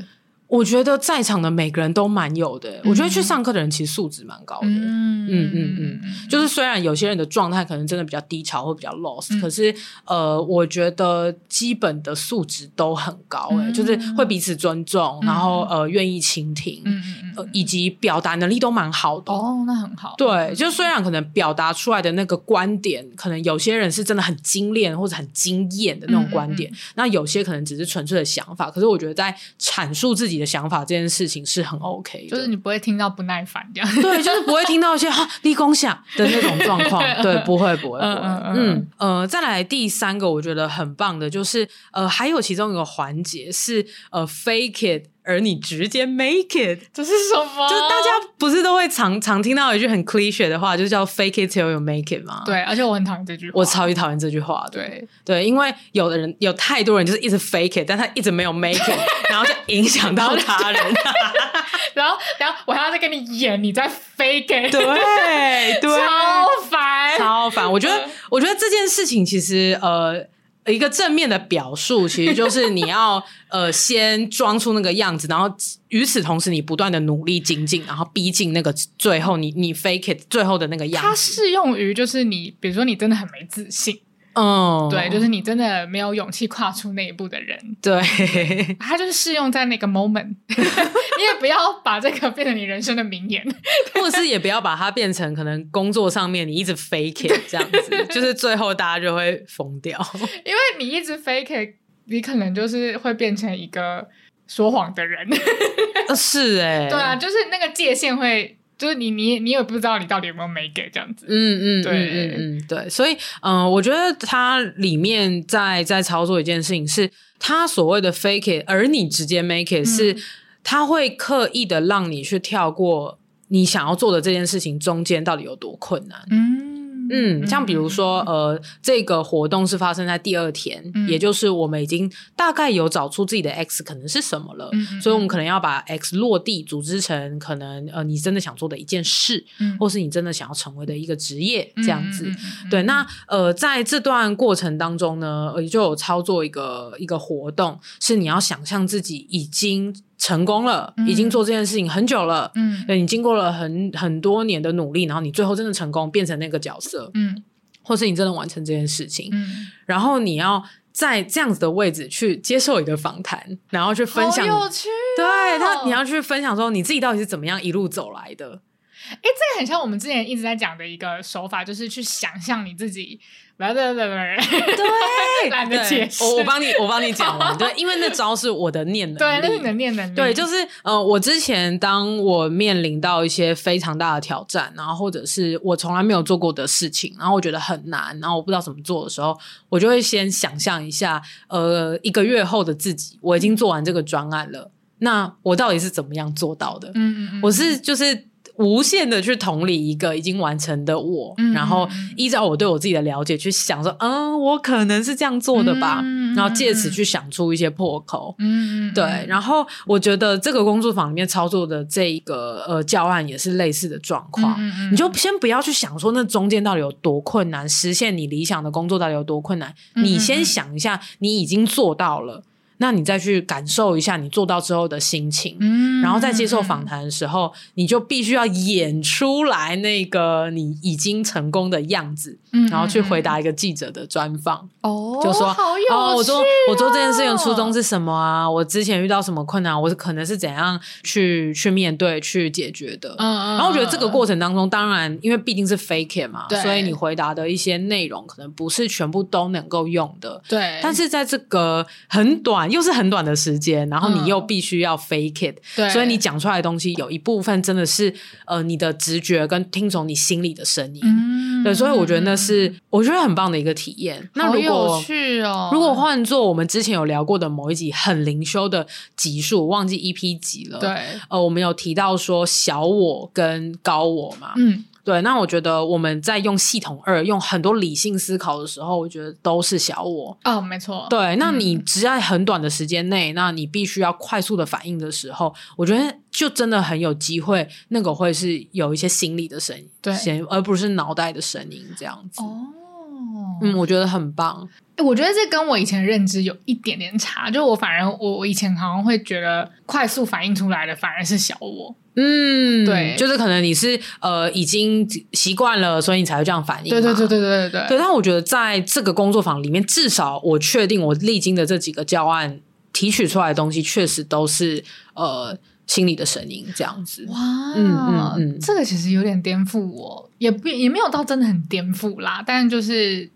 [SPEAKER 3] 我觉得在场的每个人都蛮有的、我觉得去上课的人其实素质蛮高的。
[SPEAKER 2] 嗯
[SPEAKER 3] 嗯嗯就是虽然有些人的状态可能真的比较低潮或比较 lost，、
[SPEAKER 2] 嗯
[SPEAKER 3] 可是呃，我觉得基本的素质都很高、欸，
[SPEAKER 2] 嗯
[SPEAKER 3] 就是会彼此尊重，
[SPEAKER 2] 嗯
[SPEAKER 3] 然后呃，愿意倾听，
[SPEAKER 2] 嗯嗯
[SPEAKER 3] 呃
[SPEAKER 2] 嗯，，
[SPEAKER 3] 以及表达能力都蛮好的。
[SPEAKER 2] 哦，那很好，
[SPEAKER 3] 对，就虽然可能表达出来的那个观点，可能有些人是真的很精炼或者很惊艳的那种观
[SPEAKER 2] 嗯
[SPEAKER 3] 点，那有些可能只是纯粹的想法。可是我觉得在阐述自己的想法这件事情是很 OK 的，
[SPEAKER 2] 就是你不会听到不耐烦 这样，。
[SPEAKER 3] 对，就是不会听到一些哈立功下的那种状况 对，不会，不会，不会。
[SPEAKER 2] 嗯嗯嗯
[SPEAKER 3] 嗯，呃，再来第三个，我觉得很棒的就是，呃，还有其中一个环节是呃，fake it，而你直接 make it。
[SPEAKER 2] 这是什么？
[SPEAKER 3] 就是大家不是都会常常听到一句很 cliche 的话，就叫 fake it till you make it 吗？，
[SPEAKER 2] 对，而且我很讨厌这句话，
[SPEAKER 3] 我超级讨厌这句话的。
[SPEAKER 2] 对，
[SPEAKER 3] 对，因为有的人有太多人就是一直 fake it，但他一直没有 make it，然后就影响到他人。
[SPEAKER 2] 然后然后我还要再跟你演，你在 fake it，
[SPEAKER 3] 对对，
[SPEAKER 2] 超烦，嗯
[SPEAKER 3] 超烦。我觉得，我觉得这件事情其实呃。一个正面的表述，其实就是你要 呃先装出那个样子，然后与此同时你不断的努力精进，然后逼近那个最后你你 fake it 最后的那个样
[SPEAKER 2] 它
[SPEAKER 3] 子。
[SPEAKER 2] 适用于就是你，比如说你真的很没自信，
[SPEAKER 3] 嗯，
[SPEAKER 2] 对，就是你真的没有勇气跨出那一步的人，
[SPEAKER 3] 对
[SPEAKER 2] 它就是适用在那个 moment。你 也不要把这个变成你人生的名言。
[SPEAKER 3] 或是也不要把它变成可能工作上面你一直 fake it 这样子，就是最后大家就会疯掉。
[SPEAKER 2] 因为你一直 fake，it，你可能就是会变成一个说谎的人。
[SPEAKER 3] 呃是 哎、
[SPEAKER 2] 对啊，，就是那个界限会，就是你你你也不知道你到底有没有没给这样子。
[SPEAKER 3] 嗯嗯，
[SPEAKER 2] 对
[SPEAKER 3] 嗯嗯嗯，对，所以嗯、呃我觉得它里面在在操作一件事情是，它所谓的 fake it，而你直接 make it，、
[SPEAKER 2] 嗯
[SPEAKER 3] 是它会刻意的让你去跳过你想要做的这件事情中间到底有多困难。
[SPEAKER 2] 嗯
[SPEAKER 3] 嗯，像比如说，呃，这个活动是发生在第二天，
[SPEAKER 2] 嗯
[SPEAKER 3] 也就是我们已经大概有找出自己的 X 可能是什么了，
[SPEAKER 2] 嗯嗯
[SPEAKER 3] 所以我们可能要把 X 落地组织成可能呃你真的想做的一件事，
[SPEAKER 2] 嗯
[SPEAKER 3] 或是你真的想要成为的一个职业这样子。
[SPEAKER 2] 嗯嗯嗯嗯
[SPEAKER 3] 对，那呃，在这段过程当中呢，呃，就有操作一个一个活动，是你要想象自己已经成功了，已经
[SPEAKER 2] 嗯
[SPEAKER 3] 做这件事情很久了，
[SPEAKER 2] 嗯
[SPEAKER 3] 对你经过了很很多年的努力，然后你最后真的成功变成那个角色，
[SPEAKER 2] 嗯
[SPEAKER 3] 或是你真的完成这件事情，
[SPEAKER 2] 嗯，
[SPEAKER 3] 然后你要在这样子的位置去接受一个访谈，然后去分享
[SPEAKER 2] 好。有趣哦、
[SPEAKER 3] 对，他你要
[SPEAKER 2] 哎、
[SPEAKER 3] 去分享说你自己到底是怎么样一路走来的，
[SPEAKER 2] 这 个很像我们之前一直在讲的一个手法，就是去想象你自己，不不不不，
[SPEAKER 3] 对
[SPEAKER 2] 懒得解释
[SPEAKER 3] 我我帮你，我帮你讲完。对，因为那招是我的念能力。
[SPEAKER 2] 对，那是你的念能力，
[SPEAKER 3] 对，就是是呃，我之前当我面临到一些非常大的挑战，然后或者是我从来没有做过的事情，然后我觉得很难，然后我不知道怎么做的时候，我就会先想象一下，呃，一个月后的自己，我已经做完这个专案了，那我到底是怎么样做到的？
[SPEAKER 2] 嗯嗯，嗯
[SPEAKER 3] 我是就是无限的去同理一个已经完成的我，
[SPEAKER 2] 嗯
[SPEAKER 3] 然后依照我对我自己的了解去想说，嗯，我可能是这样做的吧，
[SPEAKER 2] 嗯
[SPEAKER 3] 然后借此去想出一些破口。
[SPEAKER 2] 嗯嗯嗯
[SPEAKER 3] 对，然后我觉得这个工作坊里面操作的这一个呃教案也是类似的状况，
[SPEAKER 2] 嗯嗯嗯
[SPEAKER 3] 你就先不要去想说那中间到底有多困难，实现你理想的工作到底有多困难，
[SPEAKER 2] 嗯
[SPEAKER 3] 你
[SPEAKER 2] 嗯
[SPEAKER 3] 先
[SPEAKER 2] 嗯
[SPEAKER 3] 想一下你已经做到了，那你再去感受一下你做到之后的心情，
[SPEAKER 2] 嗯，
[SPEAKER 3] 然后在接受
[SPEAKER 2] 嗯
[SPEAKER 3] 访，谈的时候，你就必须要演出来那个你已经成功的样子，
[SPEAKER 2] 嗯
[SPEAKER 3] 然后去回，
[SPEAKER 2] 嗯
[SPEAKER 3] 答一个记者的专访，
[SPEAKER 2] 嗯哦，
[SPEAKER 3] 就说
[SPEAKER 2] 好有趣
[SPEAKER 3] 哦，我做我做这件事情的初衷
[SPEAKER 2] 是，
[SPEAKER 3] 是什么啊？我之前遇到什么困难，我是可能是怎样去去面对、去解决的。
[SPEAKER 2] 嗯嗯，
[SPEAKER 3] 然后我觉得这个过
[SPEAKER 2] 程，
[SPEAKER 3] 程当中，当然因为毕竟是 fake it 嘛，
[SPEAKER 2] 对
[SPEAKER 3] 所以你回答的一些内容可能不是全部都能够用的。
[SPEAKER 2] 对，
[SPEAKER 3] 但是在这个很短又是很短的时间，然后你
[SPEAKER 2] 嗯
[SPEAKER 3] 又必须要 fake it，、
[SPEAKER 2] 对，
[SPEAKER 3] 所以你讲出来的东西有一部分真的是呃你的直觉跟听从你心里的声音，
[SPEAKER 2] 嗯，
[SPEAKER 3] 对，所以我觉得那是我觉得很棒的一个体验。那
[SPEAKER 2] 好
[SPEAKER 3] 如
[SPEAKER 2] 有
[SPEAKER 3] 果
[SPEAKER 2] 趣哦，
[SPEAKER 3] 如果换做我们之前有聊过的某一集很灵修的集数，忘记 EP 集了，，
[SPEAKER 2] 对，
[SPEAKER 3] 呃，我们有提到说小我跟高我嘛，
[SPEAKER 2] 嗯
[SPEAKER 3] 对，那我觉得我们在用系统二用很多理性思考的时候，我觉得都是小我，
[SPEAKER 2] 哦，没错，
[SPEAKER 3] 对，那
[SPEAKER 2] 嗯
[SPEAKER 3] 你只在很短的时间内，那你必须要快速的反应的时候，我觉得就真的很有机会，那个会是有一些心理的声音，
[SPEAKER 2] 对
[SPEAKER 3] 声音而不是脑袋的声音这样子。
[SPEAKER 2] 哦。
[SPEAKER 3] 嗯，我觉得很棒。
[SPEAKER 2] 欸我觉得这跟我以前认知有一点点差，就我反而我我以前好像会觉得快速反应出来的反而是小我，
[SPEAKER 3] 嗯，
[SPEAKER 2] 对
[SPEAKER 3] 就是可能你是呃已经习惯了，所以你才会这样反应嘛。
[SPEAKER 2] 对对对对对对
[SPEAKER 3] 对。但我觉得在这个工作坊里面，至少我确定我历经的这几个教案提取出来的东西，确实都是呃心理的声音这样子。
[SPEAKER 2] 哇，
[SPEAKER 3] 嗯嗯嗯
[SPEAKER 2] 这个其实有点颠覆我，也不也没有到真的很颠覆啦，但就是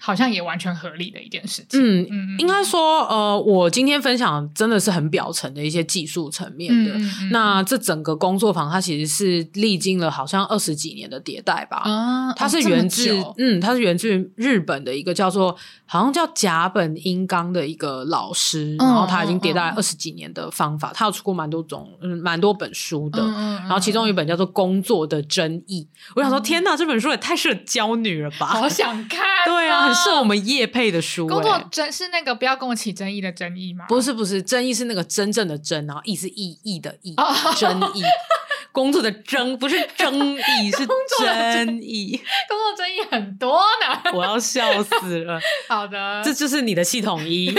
[SPEAKER 2] 好像也完全合理的一件事情。
[SPEAKER 3] 嗯，
[SPEAKER 2] 嗯，嗯
[SPEAKER 3] 应该说，呃，我今天分享真的是很表层的一些技术层面的。
[SPEAKER 2] 嗯嗯嗯
[SPEAKER 3] 那这整个工作坊，它其实是历经了好像二十几年的迭代吧。
[SPEAKER 2] 啊，
[SPEAKER 3] 它
[SPEAKER 2] 哦
[SPEAKER 3] 是
[SPEAKER 2] 这么
[SPEAKER 3] 源自、
[SPEAKER 2] 久
[SPEAKER 3] 嗯，它是源自于日本的一个叫做好像叫甲本英刚的一个老师，
[SPEAKER 2] 嗯
[SPEAKER 3] 然后他已经迭代
[SPEAKER 2] 嗯嗯
[SPEAKER 3] 二十几年的方法，他有出过蛮多种嗯蛮多本书的。
[SPEAKER 2] 嗯嗯嗯
[SPEAKER 3] 然后其中有一本叫做《工作的争议》，我想说，天呐，这本书也太适合教女了吧？
[SPEAKER 2] 好想看、
[SPEAKER 3] 对啊，很适合我。们业配的书、欸。
[SPEAKER 2] 工作争是那个不要跟我起争议的争议吗？哦
[SPEAKER 3] 不是不是，争议是那个真正的争，然后议是意义的意，争议。工作的争，不是争 议，是
[SPEAKER 2] 作的争
[SPEAKER 3] 争议。
[SPEAKER 2] 工作争议很多呢。
[SPEAKER 3] 我要笑死了，
[SPEAKER 2] 好的，
[SPEAKER 3] 这就是你的系 统一，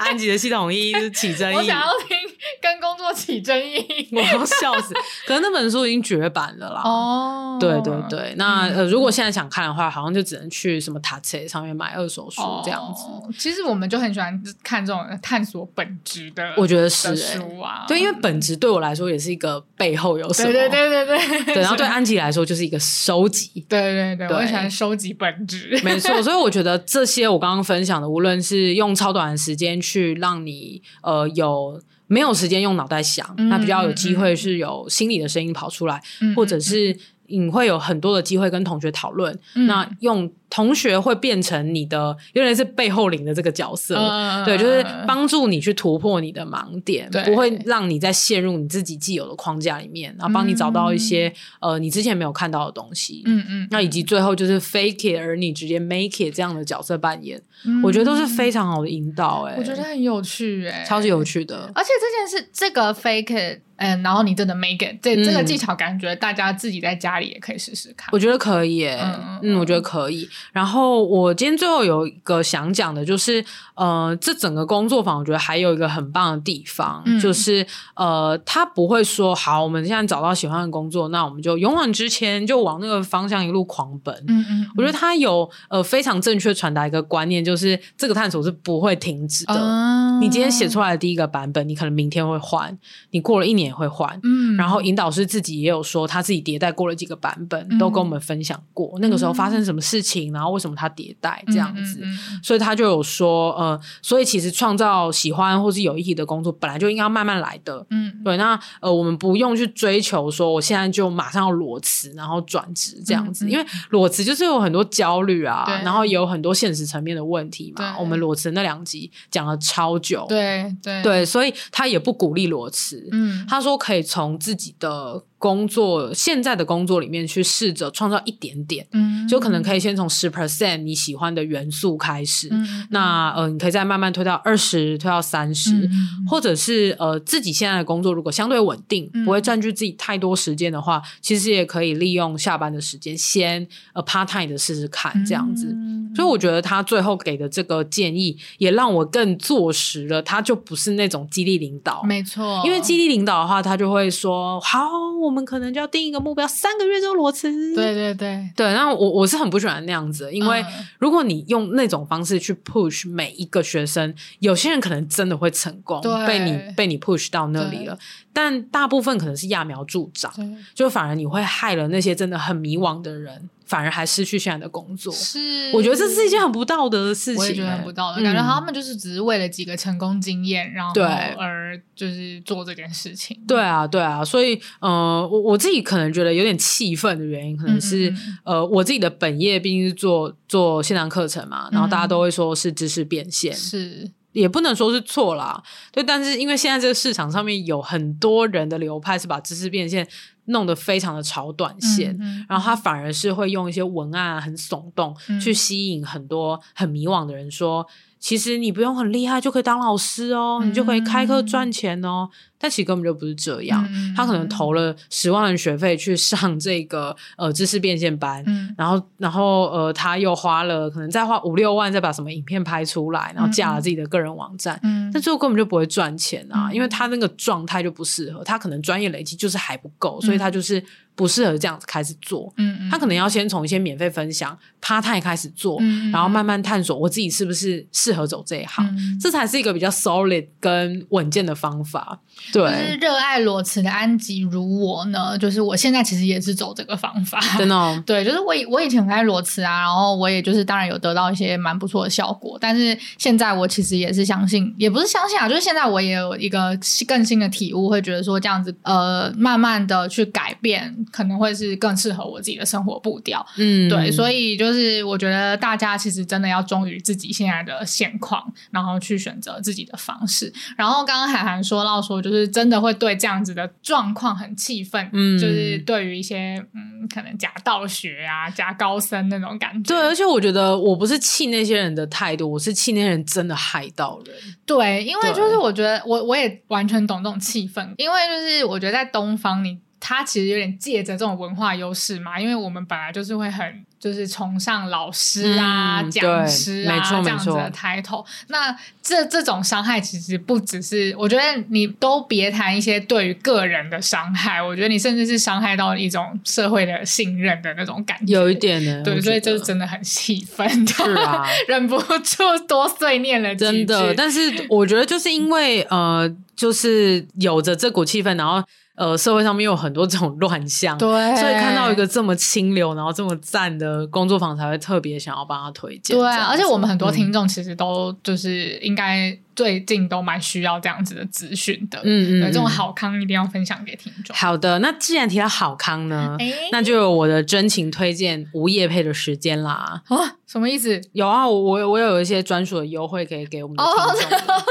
[SPEAKER 3] 安吉的系统一是起争
[SPEAKER 2] 我
[SPEAKER 3] 议。
[SPEAKER 2] 想要听跟工作起争 议。
[SPEAKER 3] 我要笑死！可是那本书已经绝版了啦。
[SPEAKER 2] 哦
[SPEAKER 3] 对对，对，那、呃，如果现在想看的话，好像就只能去什么 t a t 上面买二手书这样子。
[SPEAKER 2] 哦其实我们就很喜欢看这种探索本质的，
[SPEAKER 3] 我觉得是
[SPEAKER 2] 的
[SPEAKER 3] 欸
[SPEAKER 2] 书啊，
[SPEAKER 3] 对，因为本质对我来说也是一个背后有什么，
[SPEAKER 2] 对对对对对。
[SPEAKER 3] 对然后对安吉来说就是一个收集
[SPEAKER 2] 对对对，
[SPEAKER 3] 对
[SPEAKER 2] 我很喜欢收集本质。
[SPEAKER 3] 没 错，所以我觉得这些我刚刚分享的，无论是用超短的时间去让你呃有没有时间用脑袋想，
[SPEAKER 2] 嗯
[SPEAKER 3] 那比较有机会是有心理的声音跑出来，
[SPEAKER 2] 嗯
[SPEAKER 3] 或者是你会有很多的机会跟同学讨论，
[SPEAKER 2] 嗯
[SPEAKER 3] 那用同学会变成你的有点是背后领的这个角色，
[SPEAKER 2] 嗯
[SPEAKER 3] 对，就是帮助你去突破你的盲点
[SPEAKER 2] 对，
[SPEAKER 3] 不会让你再陷入你自己既有的框架里面，然后帮你找到一些、呃你之前没有看到的东西。
[SPEAKER 2] 嗯嗯，
[SPEAKER 3] 那以及最后就是 fake it，而你直接 make it 这样的角色扮演，
[SPEAKER 2] 嗯
[SPEAKER 3] 我觉得都是非常好的引导、哎，
[SPEAKER 2] 我觉得很有趣哎，
[SPEAKER 3] 超级有。趣的。
[SPEAKER 2] 而且这件事，这个 fake it，嗯，然后你真的 make it，这、这个
[SPEAKER 3] 嗯
[SPEAKER 2] 技巧感觉大家自己在家里也可以试试看。
[SPEAKER 3] 我觉得可以、耶，
[SPEAKER 2] 嗯嗯
[SPEAKER 3] 嗯，我觉
[SPEAKER 2] 嗯
[SPEAKER 3] 得可以。然后我今天最后有一个想讲的，就是呃，这整个工作坊，我觉得还有一个很棒的地方，
[SPEAKER 2] 嗯
[SPEAKER 3] 就是呃，他不会说好，我们现在找到喜欢的工作，那我们就勇往直前，就往那个方向一路狂奔。
[SPEAKER 2] 嗯嗯，
[SPEAKER 3] 我觉得他有呃非常正确传达一个观念，就是这个探索是不会停止的。
[SPEAKER 2] 嗯
[SPEAKER 3] 你今天写出来的第一个版本，你可能明天会换，你过了一年也会换，
[SPEAKER 2] 嗯，
[SPEAKER 3] 然后引导师自己也有说，他自己迭代过了几个版本，都跟我们分享过、
[SPEAKER 2] 嗯
[SPEAKER 3] 那个时候发生什么事情，然后为什么他迭代这样子。
[SPEAKER 2] 嗯嗯嗯
[SPEAKER 3] 所以他就有说，呃，所以其实创造喜欢或是有意义的工作，本来就应该要慢慢来的。
[SPEAKER 2] 嗯，
[SPEAKER 3] 对，那呃，我们不用去追求说我现在就马上要裸辞，然后转职这样
[SPEAKER 2] 嗯
[SPEAKER 3] 子，
[SPEAKER 2] 嗯
[SPEAKER 3] 因为裸辞就是有很多焦虑啊
[SPEAKER 2] 对，
[SPEAKER 3] 然后也有很多现实层面的问题嘛。
[SPEAKER 2] 对
[SPEAKER 3] 我们裸辞那两集讲了超久，
[SPEAKER 2] 对对，
[SPEAKER 3] 对，所以他也不鼓励裸辞。
[SPEAKER 2] 嗯，
[SPEAKER 3] 他说可以从自己的工作现在的工作里面去试着创造一点点，
[SPEAKER 2] 嗯，
[SPEAKER 3] 就可能可以先从十 percent 你喜欢的元素开始，
[SPEAKER 2] 嗯，嗯
[SPEAKER 3] 那呃你可以再慢慢推到二十，推到三十、
[SPEAKER 2] 嗯嗯
[SPEAKER 3] 或者是呃自己现在的工作如果相对稳定，
[SPEAKER 2] 嗯
[SPEAKER 3] 不会占据自己太多时间的话，其实也可以利用下班的时间先呃 part time 的试试看这样子。
[SPEAKER 2] 嗯
[SPEAKER 3] 所以我觉得他最后给的这个建议，也让我更坐实了，他就不是那种激励领导，
[SPEAKER 2] 没错，
[SPEAKER 3] 因为激励领导的话，他就会说：“好，我们可能就要定一个目标，三个月之后裸辞。”
[SPEAKER 2] 对对对，
[SPEAKER 3] 对，那我我是很不喜欢那样子的，因为
[SPEAKER 2] 嗯
[SPEAKER 3] 如果你用那种方式去 push 每一个学生，有些人可能真的会成功，
[SPEAKER 2] 对
[SPEAKER 3] 被你被你 push 到那里了，但大部分可能是揠苗助长，
[SPEAKER 2] 对
[SPEAKER 3] 就反而你会害了那些真的很迷惘的人，反而还失去现在的工作。
[SPEAKER 2] 是，
[SPEAKER 3] 我觉得这是一件很不道德的事情、
[SPEAKER 2] 我也觉得很
[SPEAKER 3] 欸
[SPEAKER 2] 不道德，
[SPEAKER 3] 嗯
[SPEAKER 2] 感觉他们就是只是为了几个成功经验，然后
[SPEAKER 3] 对
[SPEAKER 2] 而就是做这件事情。
[SPEAKER 3] 对啊，对啊，所以呃，我我自己可能觉得有点气愤的原因，可能是、
[SPEAKER 2] 嗯嗯
[SPEAKER 3] 呃，我自己的本业毕竟是做做线上课程嘛，然后大家
[SPEAKER 2] 嗯
[SPEAKER 3] 都会说是知识变现，
[SPEAKER 2] 是，
[SPEAKER 3] 也不能说是错啦，对，但是因为现在这个市场上面有很多人的流派是把知识变现弄得非常的超短线。
[SPEAKER 2] 嗯
[SPEAKER 3] 然后他反而是会用一些文案啊很耸动，
[SPEAKER 2] 嗯
[SPEAKER 3] 去吸引很多很迷惘的人说，其实你不用很厉害就可以当老师哦，你就可以开课赚钱哦。但其实根本就不是这样，
[SPEAKER 2] 嗯
[SPEAKER 3] 他可能投了十万元学费去上这个呃知识变现班。
[SPEAKER 2] 嗯
[SPEAKER 3] 然后，然后，呃，他又花了可能再花五六万，再把什么影片拍出来，然后架了自己的个人网站，
[SPEAKER 2] 嗯，
[SPEAKER 3] 但最后根本就不会赚钱啊，
[SPEAKER 2] 嗯
[SPEAKER 3] 因为他那个状态就不适合，他可能专业累积就是还不够，所以他就是不适合这样子开始做。
[SPEAKER 2] 嗯，
[SPEAKER 3] 他可能要先从一些免费分享、趴太开始做，
[SPEAKER 2] 嗯，嗯
[SPEAKER 3] 然后慢慢探索我自己是不是适合走这一行，，
[SPEAKER 2] 嗯
[SPEAKER 3] 这才是一个比较 solid 跟稳健的方法。
[SPEAKER 2] 就是
[SPEAKER 3] 对，
[SPEAKER 2] 热爱裸辞的安吉，如我呢，就是我现在其实也是走这个方法，
[SPEAKER 3] 真的哦、
[SPEAKER 2] 对，就是我以我以前很爱裸辞啊，然后我也就是当然有得到一些蛮不错的效果，但是现在我其实也是相信，也不是相信啊，就是现在我也有一个更新的体悟，会觉得说这样子呃，慢慢的去改变，可能会是更适合我自己的生活步调。
[SPEAKER 3] 嗯，
[SPEAKER 2] 对，所
[SPEAKER 3] 以
[SPEAKER 2] 以就是我觉得大家其实真的要忠于自己现在的现况，然后去选择自己的方式。然后刚刚海涵说到说，就是真的会对这样子的状况很气愤，
[SPEAKER 3] 嗯
[SPEAKER 2] 就是对于一些嗯可能假道学啊、假高僧那种感觉，
[SPEAKER 3] 对，而且我觉得我不是气那些人的态度，我是气那些人真的害到人。
[SPEAKER 2] 对，因为
[SPEAKER 3] 对
[SPEAKER 2] 就是我觉得我我也完全懂这种气氛，因为就是我觉得在东方你。他其实有点借着这种文化优势嘛，因为我们本来就是会很就是崇尚老师啊、
[SPEAKER 3] 嗯
[SPEAKER 2] 讲师啊
[SPEAKER 3] 对没错
[SPEAKER 2] 这样子
[SPEAKER 3] 没
[SPEAKER 2] 的
[SPEAKER 3] 错
[SPEAKER 2] title。那这这种伤害其实不只是，我觉得你都别谈一些对于个人的伤害，我觉得你甚至是伤害到一种社会的信任的那种感觉，
[SPEAKER 3] 有一。点呢、
[SPEAKER 2] 对，
[SPEAKER 3] 我
[SPEAKER 2] 所以就
[SPEAKER 3] 觉得
[SPEAKER 2] 是真的很气愤，
[SPEAKER 3] 是啊，
[SPEAKER 2] 忍不住多碎念了几
[SPEAKER 3] 真的
[SPEAKER 2] 句。
[SPEAKER 3] 但是我觉得就是因为呃，就是有着这股气氛，然后呃，社会上面有很多这种乱象，
[SPEAKER 2] 对，
[SPEAKER 3] 所以看到一个这么清流，然后这么赞的工作坊，才会特别想要帮他推荐。
[SPEAKER 2] 对
[SPEAKER 3] 这
[SPEAKER 2] 啊，
[SPEAKER 3] 样
[SPEAKER 2] 而且
[SPEAKER 3] 子
[SPEAKER 2] 我们很多
[SPEAKER 3] 嗯
[SPEAKER 2] 听众其实都就是应该最近都蛮需要这样子的资讯的，
[SPEAKER 3] 嗯嗯
[SPEAKER 2] 对，这种
[SPEAKER 3] 嗯
[SPEAKER 2] 好康一定要分享给听众。
[SPEAKER 3] 好的，那既然提到好康呢，
[SPEAKER 2] 哎
[SPEAKER 3] 那就有我的真情推荐无业配的时间啦。
[SPEAKER 2] 啊，什么意思？
[SPEAKER 3] 有啊，我我我有一些专属的优惠可以给我们的
[SPEAKER 2] 哦
[SPEAKER 3] 听众的，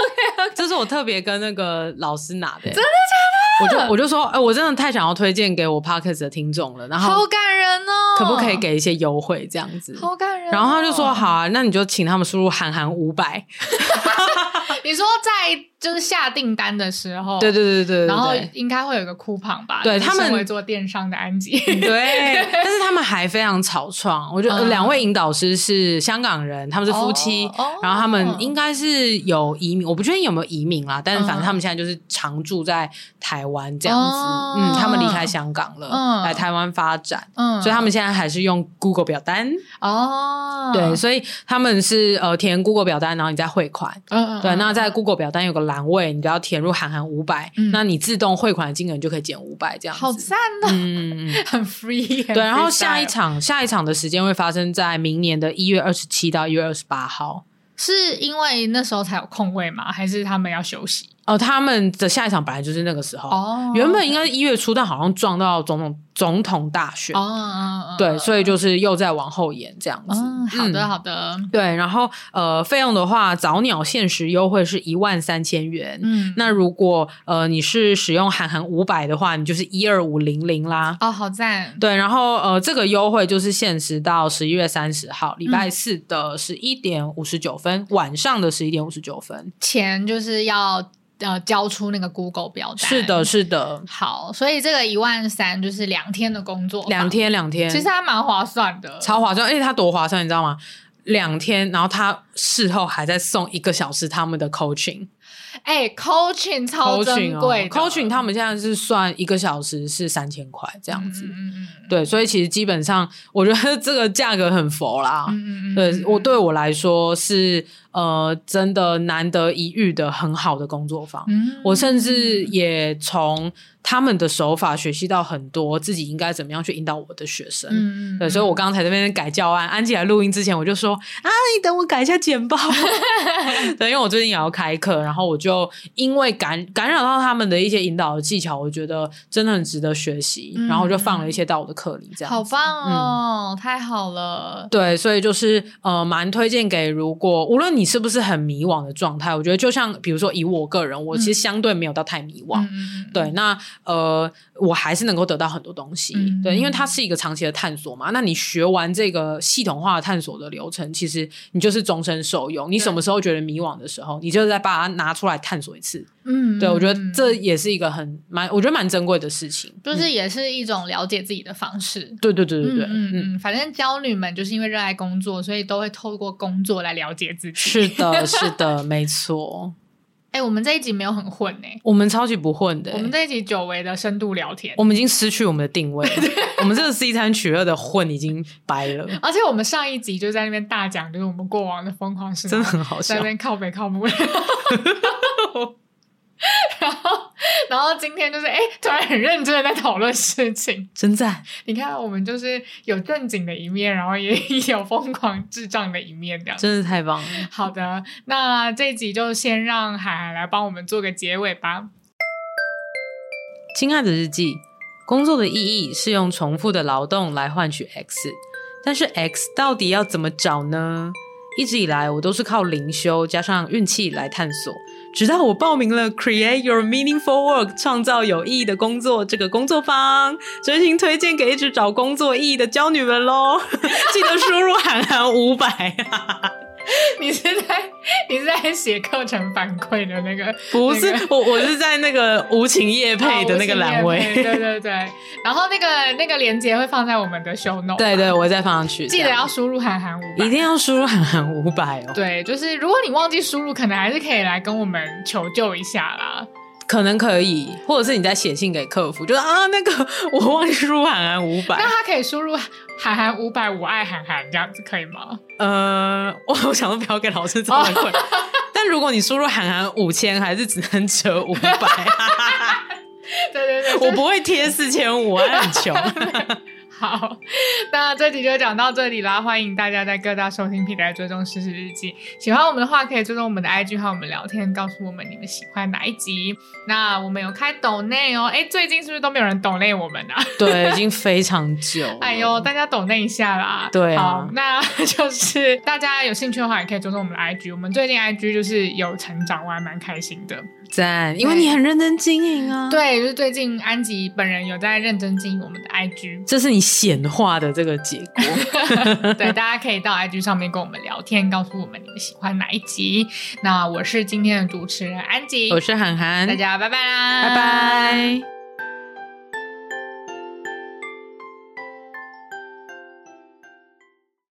[SPEAKER 3] 这是我特别跟那个老师拿的、真的假的？我就我就说，哎、我真的太想要推荐给我 podcast 的听众了，然
[SPEAKER 2] 好
[SPEAKER 3] 后
[SPEAKER 2] 感人哦！
[SPEAKER 3] 可不可以？给一些优惠这样子？
[SPEAKER 2] 好感人哦、
[SPEAKER 3] 然后他就说好啊，那你就请他们输入“韩寒五百
[SPEAKER 2] 你说在就是下订单的时候，”，
[SPEAKER 3] 对对对对对，
[SPEAKER 2] 哦然后
[SPEAKER 3] 对
[SPEAKER 2] 应该会有个 coupon 吧？
[SPEAKER 3] 对他们
[SPEAKER 2] 会做电商的安吉，
[SPEAKER 3] 对，但是他们还非常草创。我觉得呃
[SPEAKER 2] 嗯
[SPEAKER 3] 两位引导师是香港人，他们是夫妻，
[SPEAKER 2] 哦
[SPEAKER 3] 然后他们
[SPEAKER 2] 哦
[SPEAKER 3] 应该是有移民，我不确定有没有移民啦，但是反正
[SPEAKER 2] 嗯
[SPEAKER 3] 他们现在就是常住在台湾这样子。
[SPEAKER 2] 哦
[SPEAKER 3] 嗯，他们离开香港了，
[SPEAKER 2] 嗯
[SPEAKER 3] 来台湾发展。
[SPEAKER 2] 嗯，
[SPEAKER 3] 所以他们现在还是用 Google 表单，
[SPEAKER 2] 哦，
[SPEAKER 3] 对，所以他们是呃填 Google 表单，然后你再汇款，
[SPEAKER 2] 嗯嗯，
[SPEAKER 3] 对，
[SPEAKER 2] 嗯
[SPEAKER 3] 那在 Google 表单有个栏位，你只要填入韩寒五百
[SPEAKER 2] 嗯，
[SPEAKER 3] 那你自动汇款的金额你就可以减五百这样子。
[SPEAKER 2] 好赞哦，
[SPEAKER 3] 嗯，嗯嗯
[SPEAKER 2] 很 free，很
[SPEAKER 3] 对，然后
[SPEAKER 2] freestyle
[SPEAKER 3] 下一场下一场的时间会发生在明年的一月二十七到一月二十八号。
[SPEAKER 2] 是因为那时候才有空位吗？还是他们要休息？
[SPEAKER 3] 哦，他们的下一场本来就是那个时候，
[SPEAKER 2] 哦
[SPEAKER 3] 原本应该是一月初，但好像撞到总统总统大选，
[SPEAKER 2] 哦哦，哦
[SPEAKER 3] 对，所以就是又再往后延这样子。
[SPEAKER 2] 嗯，好的
[SPEAKER 3] 嗯
[SPEAKER 2] 好的，
[SPEAKER 3] 对，然后呃，费用的话，早鸟限时优惠是一万三千元。
[SPEAKER 2] 嗯，
[SPEAKER 3] 那如果呃你是使用韩寒五百的话，你就是一二五零零啦。
[SPEAKER 2] 哦好赞，
[SPEAKER 3] 对，然后呃，这个优惠就是限时到十一月三十号，礼
[SPEAKER 2] 嗯
[SPEAKER 3] 拜四的十一点五十九分，晚上的十一点五十九分。
[SPEAKER 2] 钱就是要呃交出那个 Google 表单，
[SPEAKER 3] 是的，，是的，
[SPEAKER 2] 好，所以这个一万三就是两天的工作，
[SPEAKER 3] 两，天两天，
[SPEAKER 2] 其实还蛮划算的，
[SPEAKER 3] 超划算，而且它多划算，你知道吗？两天，然后他事后还在送一个小时他们的 coaching，coaching
[SPEAKER 2] 哎，coaching 超珍
[SPEAKER 3] 哦
[SPEAKER 2] 贵的
[SPEAKER 3] ，coaching 他们现在是算一个小时是三千块这
[SPEAKER 2] 这
[SPEAKER 3] 样子，
[SPEAKER 2] 嗯嗯嗯
[SPEAKER 3] 对，所以其实基本上我觉得这个价格很佛啦，
[SPEAKER 2] 嗯嗯嗯，
[SPEAKER 3] 对
[SPEAKER 2] 嗯
[SPEAKER 3] 我对我来说是呃，真的难得一遇的很好的工作坊。
[SPEAKER 2] 嗯
[SPEAKER 3] 我甚至也从他们的手法学习到很多自己应该怎么样去引导我的学生。
[SPEAKER 2] 嗯嗯，
[SPEAKER 3] 对，所以我刚才这边改教案，安琪来录音之前，我就说啊，你等我改一下简报。 对，因为我最近也要开课，然后我就因为感感染到他们的一些引导的技巧，我觉得真的很值得学习，然后我就放了一些到我的课里，这样
[SPEAKER 2] 好
[SPEAKER 3] 子
[SPEAKER 2] 棒哦，
[SPEAKER 3] 嗯
[SPEAKER 2] 太好了，
[SPEAKER 3] 对，所以就是呃，蛮推荐给如果无论你是不是很迷惘的状态，我觉得就像比如说以我个人，我其实相对没有到太迷惘。
[SPEAKER 2] 嗯嗯嗯
[SPEAKER 3] 对，那呃，我还是能够得到很多东西，
[SPEAKER 2] 嗯
[SPEAKER 3] 对，因为它是一个长期的探索嘛。那你学完这个系统化的探索的流程，其实你就是终身受用。你什么时候觉得迷惘的时候，你就再把它拿出来探索一次。
[SPEAKER 2] 嗯，
[SPEAKER 3] 对我觉得
[SPEAKER 2] 嗯
[SPEAKER 3] 这也是一个很蛮，我觉得蛮珍贵的事情。
[SPEAKER 2] 就是
[SPEAKER 3] 嗯
[SPEAKER 2] 也是一种了解自己的方式。
[SPEAKER 3] 对对对对对，
[SPEAKER 2] 嗯嗯嗯，反正娇女们就是因为热爱工作，所以都会透过工作来了解自己。
[SPEAKER 3] 是，的，是的，没错。
[SPEAKER 2] 哎、我们这一集没有很混哎、
[SPEAKER 3] 我们超级不混的欸、
[SPEAKER 2] 我们这一集久违的深度聊天
[SPEAKER 3] 我，们已经失去我们的定位，我们这个 C 餐取乐的混已经掰了，
[SPEAKER 2] 而且我们上一集就在那边大讲，就是我们过往的疯狂时
[SPEAKER 3] 真
[SPEAKER 2] 光
[SPEAKER 3] 的，很好
[SPEAKER 2] 在
[SPEAKER 3] 笑
[SPEAKER 2] 那。边靠北靠 木。 然后，然后今天就是哎、突然很认真的在讨论事情。
[SPEAKER 3] 真赞，
[SPEAKER 2] 你看，我们就是有正经的一面，然后也 也有疯狂智障的一面，这样子。
[SPEAKER 3] 真的太棒了！
[SPEAKER 2] 好的，那这一集就先让海海来帮我们做个结尾吧。
[SPEAKER 3] 亲爱的日记，工作的意义是用重复的劳动来换取 X，但是 X 到底要怎么找呢？一直以来，我都是靠灵修加上运气来探索，直到我报名了 Create Your Meaningful Work 创造有意义的工作这个工作坊，真心推荐给一 直 找工作意义的娇女们喽！记得输入韩寒五百。
[SPEAKER 2] 你是在你是在写课程反馈的那 个
[SPEAKER 3] 不是
[SPEAKER 2] 那个
[SPEAKER 3] 我，我是在那个无情夜配的那个 栏
[SPEAKER 2] 哦我是叶佩
[SPEAKER 3] 位。
[SPEAKER 2] 对对对。然后那个那个链接会放在我们的 show note，
[SPEAKER 3] 对对，我再放上去。
[SPEAKER 2] 记得要输入韩寒五
[SPEAKER 3] 这
[SPEAKER 2] 百
[SPEAKER 3] 样一定要输入韩寒五百哦。
[SPEAKER 2] 对，就是如果你忘记输入，可能还是可以来跟我们求救一下啦。
[SPEAKER 3] 可能可以，或者是你再写信给客服，就是啊，那个我忘记输入韩寒五百
[SPEAKER 2] 那。他可以输入“韩寒五百，我爱韩寒”这样子可以吗？
[SPEAKER 3] 呃，我我想说不要给老师这么
[SPEAKER 2] 哦
[SPEAKER 3] 贵。 但如果你输入韩寒五千，还是只能折五百。
[SPEAKER 2] 对对对，
[SPEAKER 3] 我不会贴四千五，我还很穷。
[SPEAKER 2] 好，那这集就讲到这里啦。欢迎大家在各大收听平台追踪《失事日记》，喜欢我们的话可以追踪我们的 IG 和我们聊天，告诉我们你们喜欢哪一集。那我们有开抖内哦，哎，最近是不是都没有人抖内我们啊？
[SPEAKER 3] 对，已经非常久了。
[SPEAKER 2] 哎呦，大家抖那一下啦。
[SPEAKER 3] 对啊
[SPEAKER 2] 好， 那就是大家有兴趣的话，也可以追踪我们的 IG。我们最近 IG 就是有成长，我还蛮开心的。
[SPEAKER 3] 赞，因为你很认真经营啊。，
[SPEAKER 2] 对，就是最近安吉本人有在认真经营我们的 IG，
[SPEAKER 3] 这是你显化的这个结
[SPEAKER 2] 哎
[SPEAKER 3] 果。
[SPEAKER 2] 对，大家可以到 IG 上面跟我们聊天，告诉我们你们喜欢哪一集。那我是今天的主持人安吉，
[SPEAKER 3] 我是韩寒，
[SPEAKER 2] 大家拜拜啦，
[SPEAKER 3] 拜拜。